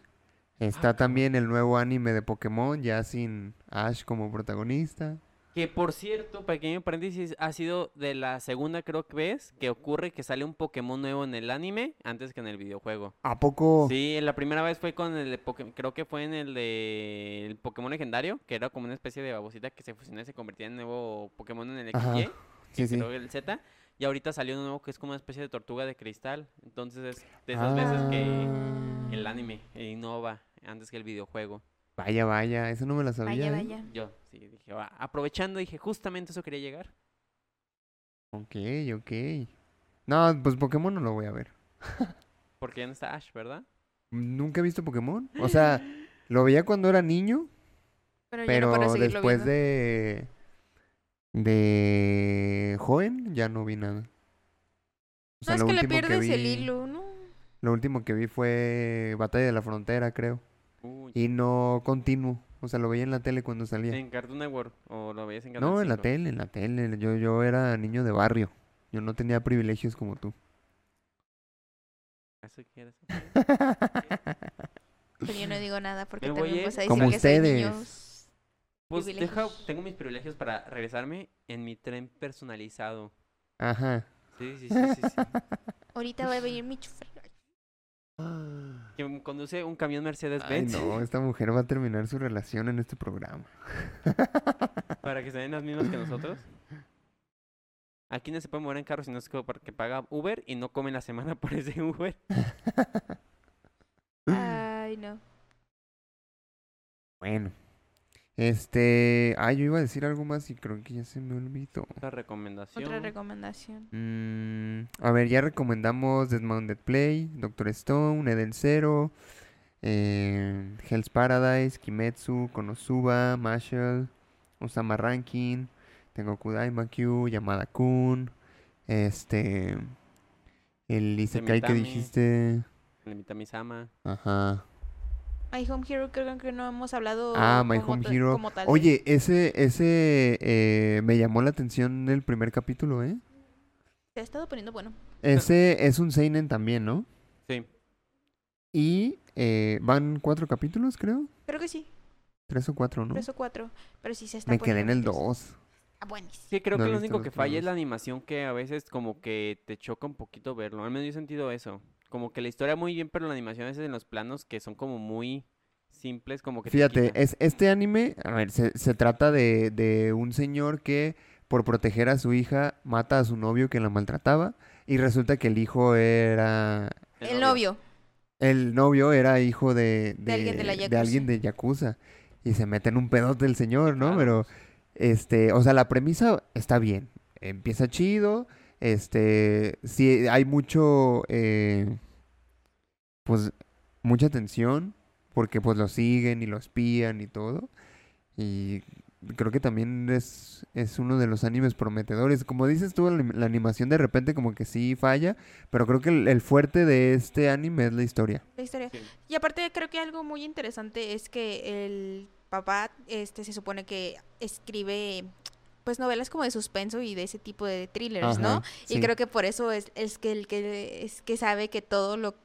Speaker 3: Está
Speaker 2: Ah, cabrón.
Speaker 3: también el nuevo anime de Pokémon, ya sin Ash como protagonista.
Speaker 2: Que por cierto, pequeño paréntesis, ha sido de la segunda creo que vez que ocurre que sale un Pokémon nuevo en el anime antes que en el videojuego.
Speaker 3: ¿A poco?
Speaker 2: Sí, la primera vez fue con el de Poké- creo que fue en el de el Pokémon legendario, que era como una especie de babosita que se fusionaba y se convertía en nuevo Pokémon en el
Speaker 3: Ajá,
Speaker 2: XY,
Speaker 3: sí,
Speaker 2: y
Speaker 3: sí.
Speaker 2: creo que el Z, y ahorita salió uno nuevo que es como una especie de tortuga de cristal. Entonces es de esas veces que
Speaker 3: Ah.
Speaker 2: el anime innova antes que el videojuego.
Speaker 3: Vaya, vaya, eso no me la sabía.
Speaker 4: Vaya,
Speaker 3: ¿eh?
Speaker 4: vaya.
Speaker 2: Yo sí dije, "Ah", aprovechando dije, justamente eso quería llegar.
Speaker 3: Ok, ok. No, pues Pokémon no lo voy a ver.
Speaker 2: Porque ya no está Ash, ¿verdad?
Speaker 3: Nunca he visto Pokémon. O
Speaker 4: (laughs)
Speaker 3: sea, lo veía cuando era niño,
Speaker 4: Pero, ya
Speaker 3: pero
Speaker 4: no puedo seguirlo
Speaker 3: después
Speaker 4: viendo.
Speaker 3: de de joven ya no vi nada. O sea,
Speaker 4: no,
Speaker 3: lo
Speaker 4: es que le
Speaker 3: último
Speaker 4: pierdes el
Speaker 3: vi-
Speaker 4: hilo, ¿no?
Speaker 3: Lo último que vi fue Batalla de la Frontera, creo.
Speaker 2: Uy,
Speaker 3: Y no continuo. O sea, lo veía en la tele cuando salía.
Speaker 2: ¿En Cartoon Network o lo veías en Canal
Speaker 3: No, en la
Speaker 2: 5?
Speaker 3: tele, en la tele. Yo, yo era niño de barrio. Yo no tenía privilegios como tú.
Speaker 2: Ah, Eso si quieres.
Speaker 4: Pero yo no digo nada porque
Speaker 2: Me voy
Speaker 4: también
Speaker 2: a
Speaker 4: vas a
Speaker 2: ir.
Speaker 4: decir
Speaker 3: Como
Speaker 4: que soy niño.
Speaker 3: ustedes.
Speaker 2: Pues deja,
Speaker 4: Privilegios.
Speaker 2: tengo mis privilegios para regresarme en mi tren personalizado.
Speaker 3: Ajá.
Speaker 2: Sí, sí, sí, sí. sí.
Speaker 3: (gasps)
Speaker 4: Ahorita va a venir mi chofer.
Speaker 2: (laughs) Que me conduce un camión
Speaker 3: Ay,
Speaker 2: Mercedes-Benz
Speaker 3: no, esta mujer va a terminar su relación en
Speaker 2: (laughs)
Speaker 3: este programa.
Speaker 2: para que se den las mismas que nosotros. Aquí no se puede mover en carro si no es como porque paga Uber y no come en la semana (laughs) por ese Uber.
Speaker 4: Ay, no.
Speaker 3: Bueno. Este, ah, yo iba a decir algo más y creo que ya se me olvidó.
Speaker 2: Otra recomendación.
Speaker 4: Otra recomendación.
Speaker 3: Mm, a ver, ya recomendamos Desmounted Play, Doctor Stone, Eden Zero, eh, Hell's Paradise, Kimetsu, Konosuba, Marshall, Osama Rankin, Tengoku Daimakyu, Yamada Kun, este, el Isekai que
Speaker 2: Mitame.
Speaker 3: dijiste,
Speaker 2: Le invita a Misama.
Speaker 3: ajá.
Speaker 4: My Home Hero creo que no hemos hablado
Speaker 3: Ah, My
Speaker 4: como
Speaker 3: Home
Speaker 4: ta-
Speaker 3: Hero.
Speaker 4: como tal.
Speaker 3: Oye, ese, ese, eh, me llamó la atención el primer capítulo, ¿eh?
Speaker 4: Se ha estado poniendo bueno.
Speaker 3: Ese es un seinen también, ¿no?
Speaker 2: Sí.
Speaker 3: Y eh, van cuatro capítulos, creo.
Speaker 4: Creo que sí,
Speaker 3: Tres o cuatro, ¿no?
Speaker 4: tres o cuatro. Pero sí se está
Speaker 3: Me quedé en el
Speaker 4: poniendo
Speaker 3: 2.
Speaker 4: Ah, buenísimo.
Speaker 2: Sí, creo
Speaker 3: No
Speaker 2: que
Speaker 3: he
Speaker 2: lo
Speaker 3: visto
Speaker 2: único
Speaker 3: los
Speaker 2: que falla es la
Speaker 3: primeros.
Speaker 2: animación que a veces como que te choca un poquito verlo. Al menos yo he sentido eso. Como que la historia muy bien, pero la animación a veces en los planos que son como muy simples, como que te
Speaker 3: Fíjate,
Speaker 2: quita.
Speaker 3: es, este anime, a ver, se, se trata de, de un señor que por proteger a su hija mata a su novio que la maltrataba y resulta que el hijo era...
Speaker 4: El novio.
Speaker 3: El novio era hijo de...
Speaker 4: De alguien de la
Speaker 3: de alguien de Yakuza. Y se mete en un pedote el señor, ¿no?
Speaker 2: Claro,
Speaker 3: Pero... Este, o sea, la premisa está bien. Empieza chido. Este, sí, hay mucho, eh, pues, mucha tensión. Porque, pues, lo siguen y lo espían y todo. Y creo que también es, es uno de los animes prometedores. Como dices tú, la anim- la animación de repente como que sí falla. Pero creo que el, el fuerte de este anime es la historia.
Speaker 4: La historia.
Speaker 2: Sí.
Speaker 4: Y aparte creo que algo muy interesante es que el papá este se supone que escribe pues novelas como de suspenso y de ese tipo de thrillers, ¿no?
Speaker 3: Ajá,
Speaker 4: Y
Speaker 3: sí.
Speaker 4: creo que por eso es, es que el que es que sabe que todo lo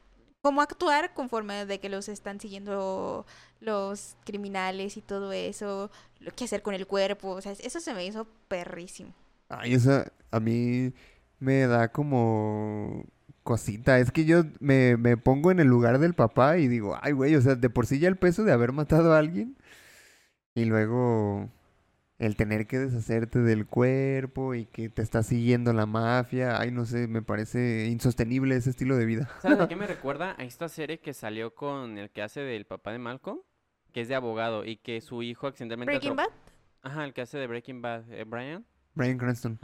Speaker 4: cómo actuar conforme de que los están siguiendo los criminales y todo eso, lo que hacer con el cuerpo, o sea, eso se me hizo perrísimo.
Speaker 3: Ay, esa a mí me da como cosita. Es que yo me, me pongo en el lugar del papá y digo, ay, güey, o sea, de por sí ya el peso de haber matado a alguien. Y luego el tener que deshacerte del cuerpo y que te está siguiendo la mafia. Ay, no sé, me parece insostenible ese estilo de vida. (laughs)
Speaker 2: ¿Sabes a qué me recuerda? A esta serie que salió con el que hace del papá de Malcolm, que es de abogado y que su hijo accidentalmente...
Speaker 4: Breaking
Speaker 2: atro-
Speaker 4: Bad,
Speaker 2: Ajá, el que hace de Breaking Bad, eh, Brian.
Speaker 3: Brian Cranston.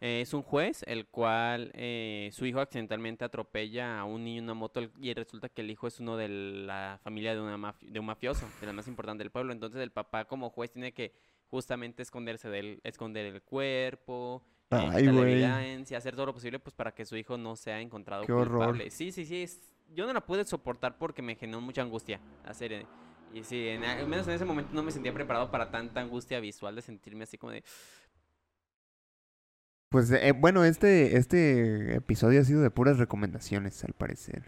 Speaker 2: Eh, es un juez el cual eh, su hijo accidentalmente atropella a un niño en una moto el- y resulta que el hijo es uno de la familia de, una maf- de un mafioso, de la más importante del pueblo. Entonces el papá como juez tiene que justamente esconderse del, esconder el cuerpo, eh,
Speaker 3: Ay,
Speaker 2: quitarle
Speaker 3: güey.
Speaker 2: evidencia, hacer todo lo posible pues para que su hijo no sea encontrado
Speaker 3: Qué horror.
Speaker 2: culpable. Sí, sí, sí. es- yo no la pude soportar porque me generó mucha angustia la serie. Y sí, en- al menos en ese momento no me sentía preparado para tanta angustia visual de sentirme así como de...
Speaker 3: Pues eh, bueno, este, este episodio ha sido de puras recomendaciones, al parecer.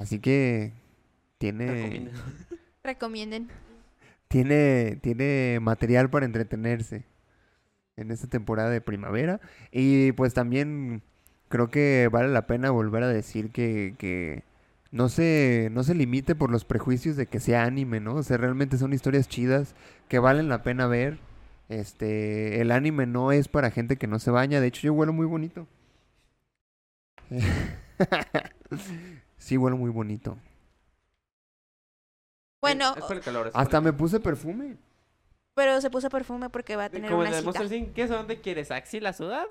Speaker 3: Así que tiene...
Speaker 2: "Recomiendo".
Speaker 4: recomienden.
Speaker 3: tiene, tiene material para entretenerse en esta temporada de primavera. Y pues también creo que vale la pena volver a decir que, que no, se, no se limite por los prejuicios de que sea anime, ¿no? O sea, realmente son historias chidas que valen la pena ver. Este, el anime no es para gente que no se baña. De hecho, yo huelo muy bonito. (laughs) sí, huelo muy bonito.
Speaker 4: Bueno,
Speaker 2: Es por el calor, es por el
Speaker 3: Hasta me puse perfume.
Speaker 4: pero se puso perfume porque va a tener
Speaker 2: Como
Speaker 4: una
Speaker 2: en el
Speaker 4: cita.
Speaker 2: Monster Inc, ¿qué Eh, es? ¿A ¿Dónde quieres? ¿Axila sudada?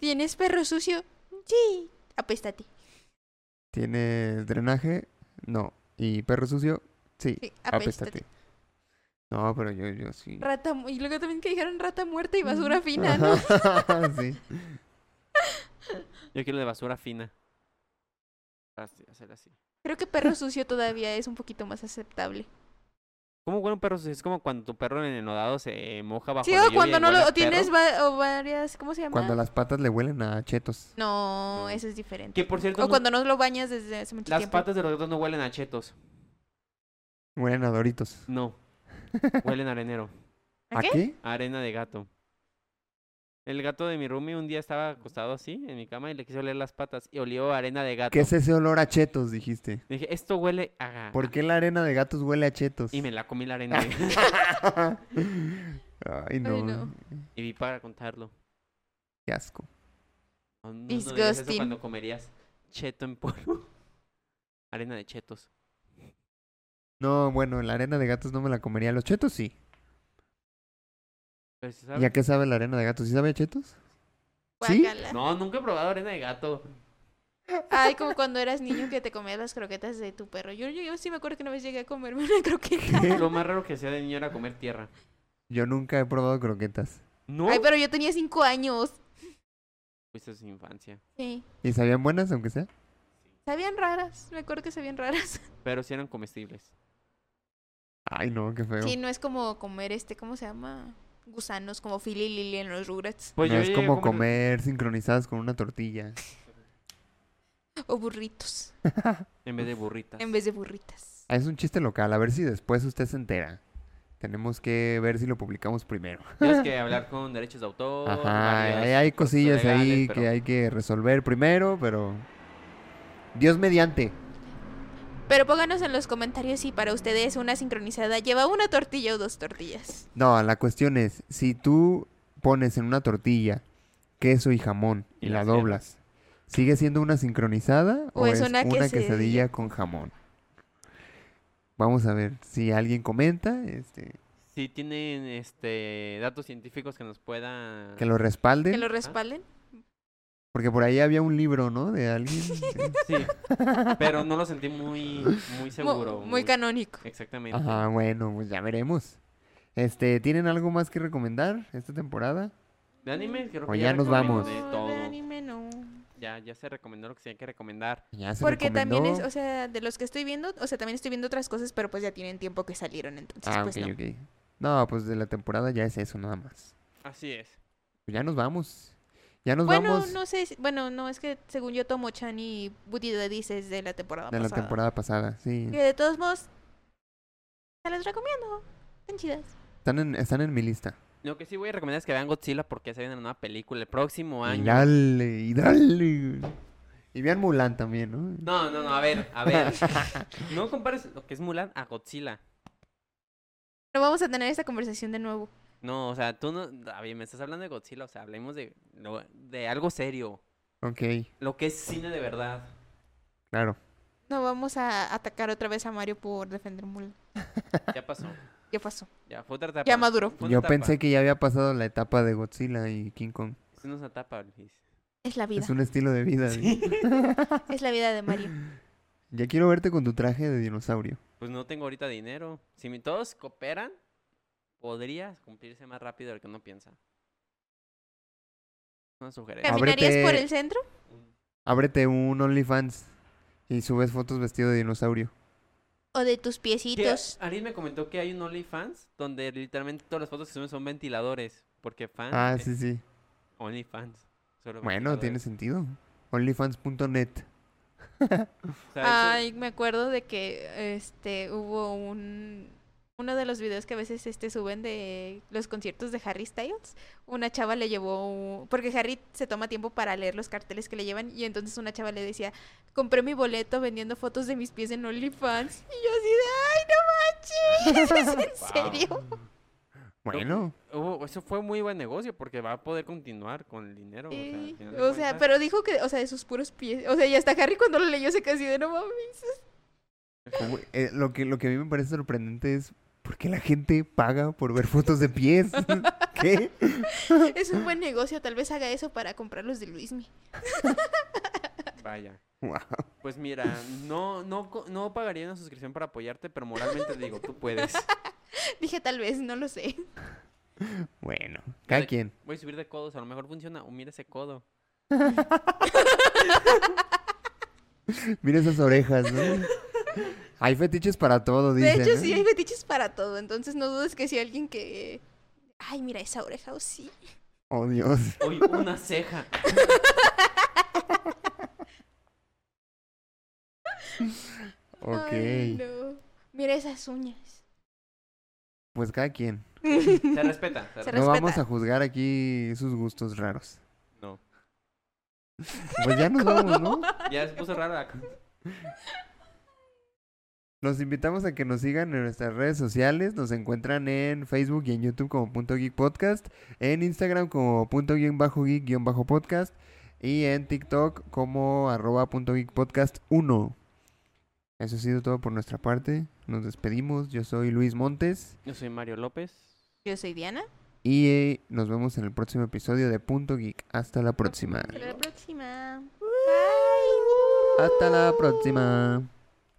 Speaker 4: ¿Tienes perro sucio? Sí. Apesta a ti.
Speaker 3: ¿Tiene drenaje? No. ¿Y perro sucio? Sí.
Speaker 4: Sí,
Speaker 3: Apéstate.
Speaker 4: apéstate.
Speaker 3: No, pero yo, yo sí.
Speaker 4: Rata, mu- y luego también que dijeron rata muerta y basura fina, ¿no? (laughs)
Speaker 3: Ajá, (laughs) sí.
Speaker 2: Yo quiero de basura fina. Así, hacer así.
Speaker 4: Creo que perro sucio todavía es un poquito más aceptable.
Speaker 2: ¿Cómo huele un perro sucio? Es como cuando tu perro en el enodado se moja bajo
Speaker 4: Sí,
Speaker 2: la
Speaker 4: o
Speaker 2: lluvia
Speaker 4: cuando
Speaker 2: y
Speaker 4: no
Speaker 2: huele
Speaker 4: lo
Speaker 2: a
Speaker 4: o tienes
Speaker 2: perro.
Speaker 4: va- o varias, ¿cómo se llama?
Speaker 3: Cuando las patas le huelen a chetos.
Speaker 4: No,
Speaker 2: No.
Speaker 4: eso es diferente.
Speaker 2: Que por cierto,
Speaker 4: O
Speaker 2: no-
Speaker 4: cuando no lo bañas desde hace mucho
Speaker 2: las
Speaker 4: tiempo.
Speaker 2: patas de los gatos no huelen a chetos.
Speaker 3: Huelen a doritos.
Speaker 4: (laughs)
Speaker 2: No. Huelen a arenero.
Speaker 4: ¿A qué?
Speaker 2: a Arena de gato. El gato de mi roomie un día estaba acostado así en mi cama y le quise oler las patas y olió a arena de gato.
Speaker 3: ¿Qué es ese olor a chetos, dijiste?
Speaker 2: Dije, esto huele a...
Speaker 3: ¿Por qué la arena de gatos huele a chetos?
Speaker 2: Y me la comí la arena
Speaker 4: (laughs)
Speaker 2: de gato.
Speaker 3: (laughs) Ay, no.
Speaker 4: no.
Speaker 2: Y vi para contarlo.
Speaker 3: Qué asco.
Speaker 2: No, Oh, no- no digas eso
Speaker 4: Disgusting.
Speaker 2: cuando comerías cheto en polvo. (laughs) Arena de chetos.
Speaker 3: No, bueno, la arena de gatos no me la comería. Los chetos sí.
Speaker 2: Pero sí
Speaker 3: ¿Y
Speaker 2: sabe.
Speaker 3: a qué sabe la arena de gatos? ¿Sí sabe a chetos? ¿Sí?
Speaker 4: Guácala.
Speaker 2: No, nunca he probado arena de
Speaker 3: (laughs)
Speaker 2: gato.
Speaker 4: Ay, como cuando eras niño que te comías las croquetas de tu perro. Yo, yo, yo sí me acuerdo que una vez llegué a comerme una croqueta.
Speaker 2: Lo más raro que hacía de niño era comer tierra.
Speaker 3: Yo nunca he probado croquetas.
Speaker 2: No.
Speaker 4: Ay, pero yo tenía cinco años.
Speaker 2: Fuiste su infancia.
Speaker 4: Sí.
Speaker 3: ¿Y sabían buenas, aunque sea?
Speaker 4: Sabían raras. Me acuerdo que sabían raras.
Speaker 2: Pero sí eran comestibles.
Speaker 3: Ay, no, qué feo.
Speaker 4: Sí, no es como comer este, ¿cómo se llama? Gusanos como Philly y Lily en los Rugrats.
Speaker 2: Pues
Speaker 3: no
Speaker 2: yo
Speaker 3: es
Speaker 2: llegué a
Speaker 3: como comer sincronizadas con una tortilla.
Speaker 4: O burritos.
Speaker 2: En vez de burritas.
Speaker 4: En vez de burritas.
Speaker 3: Ah, Es un chiste local, a ver si después usted se entera. Tenemos que ver si lo publicamos primero.
Speaker 2: Tienes
Speaker 4: (laughs)
Speaker 2: que hablar con derechos de autor.
Speaker 3: Ajá, eh,
Speaker 2: varias
Speaker 3: hay, hay
Speaker 2: Oh, cosas
Speaker 3: cosillas ahí
Speaker 2: legales,
Speaker 3: que
Speaker 2: pero
Speaker 3: hay que resolver primero, pero... Dios mediante.
Speaker 4: Pero pónganos en los comentarios si para ustedes una sincronizada lleva una tortilla o dos tortillas.
Speaker 3: No, la cuestión es, si tú pones en una tortilla queso y jamón y,
Speaker 2: Y
Speaker 3: la
Speaker 2: las
Speaker 3: doblas, ¿sigue siendo una sincronizada o, es una,
Speaker 4: Pues quesadilla?
Speaker 3: quesadilla con jamón? Vamos a ver si alguien comenta, este,
Speaker 2: Si tienen este, datos científicos que nos puedan.
Speaker 3: que lo respalde.
Speaker 4: Que lo respalden.
Speaker 2: Ah,
Speaker 3: Porque por ahí había un libro, ¿no? De
Speaker 4: (laughs)
Speaker 3: alguien. eh,
Speaker 2: Sí, pero no lo sentí muy, muy
Speaker 4: Mu-
Speaker 2: seguro.
Speaker 4: muy canónico.
Speaker 2: Exactamente.
Speaker 3: Ajá, bueno, pues ya veremos. Este, ¿tienen algo más que recomendar esta temporada?
Speaker 2: De anime, creo
Speaker 3: O
Speaker 2: que
Speaker 3: ya nos vamos.
Speaker 2: recomendé
Speaker 4: No,
Speaker 2: todo.
Speaker 4: de anime no.
Speaker 2: Ya, ya se recomendó lo que se hay que recomendar.
Speaker 3: Ya se
Speaker 4: Porque también es,
Speaker 3: recomendó.
Speaker 4: o sea, de los que estoy viendo, o sea, también estoy viendo otras cosas, pero pues ya tienen tiempo que salieron, entonces
Speaker 3: Ah,
Speaker 4: pues
Speaker 3: ok,
Speaker 4: no.
Speaker 3: ok. No, pues de la temporada ya es eso nada más.
Speaker 2: Así es.
Speaker 3: Pues ya nos vamos. Ya nos
Speaker 4: bueno,
Speaker 3: vamos.
Speaker 4: no sé, si- bueno, no, es que según yo Tomo Chan y Buddy de dices de la temporada
Speaker 3: de la
Speaker 4: pasada.
Speaker 3: temporada pasada, sí.
Speaker 4: Que de todos modos, se las recomiendo. Están chidas.
Speaker 3: Están en, están en mi lista.
Speaker 2: Lo que sí voy a recomendar es que vean Godzilla porque se viene una nueva película el próximo
Speaker 3: Y
Speaker 2: año.
Speaker 3: dale, y dale. Y vean Mulan también, ¿no?
Speaker 2: No, no, no, a ver, a
Speaker 3: (laughs)
Speaker 2: ver. no compares lo que es Mulan a Godzilla.
Speaker 4: No vamos a tener esta conversación de nuevo.
Speaker 2: No, o sea, tú no. A ver, me estás hablando de Godzilla, o sea, hablemos de, lo- de algo serio.
Speaker 3: Ok,
Speaker 2: Lo que es cine de verdad.
Speaker 3: claro.
Speaker 4: No vamos a atacar otra vez a Mario por defender Mulan.
Speaker 2: Ya pasó.
Speaker 4: ¿Qué pasó?
Speaker 2: Ya, fue otra etapa.
Speaker 4: Ya maduró.
Speaker 2: Fue una
Speaker 3: Yo
Speaker 2: etapa.
Speaker 3: pensé que ya había pasado la etapa de Godzilla y King Kong.
Speaker 2: Es una etapa, Luis.
Speaker 4: Es la vida.
Speaker 3: Es un estilo de vida. digo.
Speaker 4: Es la vida de Mario.
Speaker 3: (laughs) Ya quiero verte con tu traje de dinosaurio.
Speaker 2: Pues no tengo ahorita dinero. Si mi- todos cooperan, podría cumplirse más rápido de lo que uno piensa. Una sugerencia.
Speaker 3: Cami-
Speaker 4: ¿Caminarías por
Speaker 3: Ábrete.
Speaker 4: el centro?
Speaker 3: Ábrete un OnlyFans y subes fotos vestido de dinosaurio.
Speaker 4: ¿O de tus
Speaker 2: Que
Speaker 4: piecitos?
Speaker 2: Aris me comentó que hay un OnlyFans donde literalmente todas las fotos que suben son ventiladores. Porque fans.
Speaker 3: Ah,
Speaker 2: es
Speaker 3: sí, sí.
Speaker 2: OnlyFans. solo
Speaker 3: Bueno, tiene
Speaker 2: ventiladores.
Speaker 3: sentido. OnlyFans.net.
Speaker 2: O sea, eso-
Speaker 4: Ay, me acuerdo de que este hubo un uno de los videos que a veces este suben de los conciertos de Harry Styles. Una chava le llevó un- porque Harry se toma tiempo para leer los carteles que le llevan y entonces una chava le decía, "Compré mi boleto vendiendo fotos de mis pies en OnlyFans." Y yo así de, "Ay, no manches, ¿es en
Speaker 2: Wow.
Speaker 4: serio?"
Speaker 3: Bueno,
Speaker 2: hubo- eso fue muy buen negocio porque va a poder continuar con el dinero. o sea, al final de
Speaker 4: o sea,
Speaker 2: cuentas.
Speaker 4: pero dijo que, o sea, de sus puros pies. O sea, y hasta Harry cuando lo leyó se casi de no mames.
Speaker 3: como- eh, lo, que, lo que a mí me parece sorprendente es por qué la gente paga por ver fotos de pies. (laughs) ¿Qué?
Speaker 4: Es un
Speaker 3: (laughs)
Speaker 4: buen negocio, tal vez haga eso para comprar los de Luismi. (laughs)
Speaker 2: Vaya.
Speaker 3: Wow.
Speaker 2: Pues mira, no, no, co- no pagaría una suscripción para apoyarte, pero moralmente te digo, tú puedes.
Speaker 4: Dije tal vez, no lo sé.
Speaker 3: Bueno, cada
Speaker 2: Dale.
Speaker 3: quien.
Speaker 2: Voy a subir de codos, a lo mejor funciona. O mira ese codo.
Speaker 3: Mira esas orejas, ¿no? Hay fetiches para todo,
Speaker 4: De
Speaker 3: dicen.
Speaker 4: hecho,
Speaker 3: ¿eh?
Speaker 4: sí, hay fetiches para todo. Entonces, no dudes que si alguien que. Ay, mira esa oreja, o sí.
Speaker 3: Oh, Dios.
Speaker 2: Oye, una ceja.
Speaker 3: Ok.
Speaker 4: Ay, no. Mira esas uñas.
Speaker 3: Pues cada quien.
Speaker 2: Se respeta. se
Speaker 4: Se
Speaker 2: re-
Speaker 3: No vamos
Speaker 4: respeta.
Speaker 3: a juzgar aquí sus gustos raros.
Speaker 2: No.
Speaker 3: Pues
Speaker 4: (laughs)
Speaker 3: ya nos vamos, ¿no?
Speaker 2: Ya se puso raro la co-
Speaker 3: Los invitamos a que nos sigan en nuestras redes sociales. Nos encuentran en Facebook y en YouTube como Punto Geek Podcast, en Instagram como Punto Guión Bajo Geek Guión Bajo Podcast y en TikTok como arroba Punto Geek Podcast 1. Eso ha sido todo por nuestra parte. Nos despedimos. Yo soy Luis Montes
Speaker 2: Yo soy Mario López.
Speaker 4: Yo soy Diana.
Speaker 3: y eh, nos vemos en el próximo episodio de Punto Geek. Hasta la próxima.
Speaker 4: Hasta la próxima.
Speaker 3: Hasta la próxima.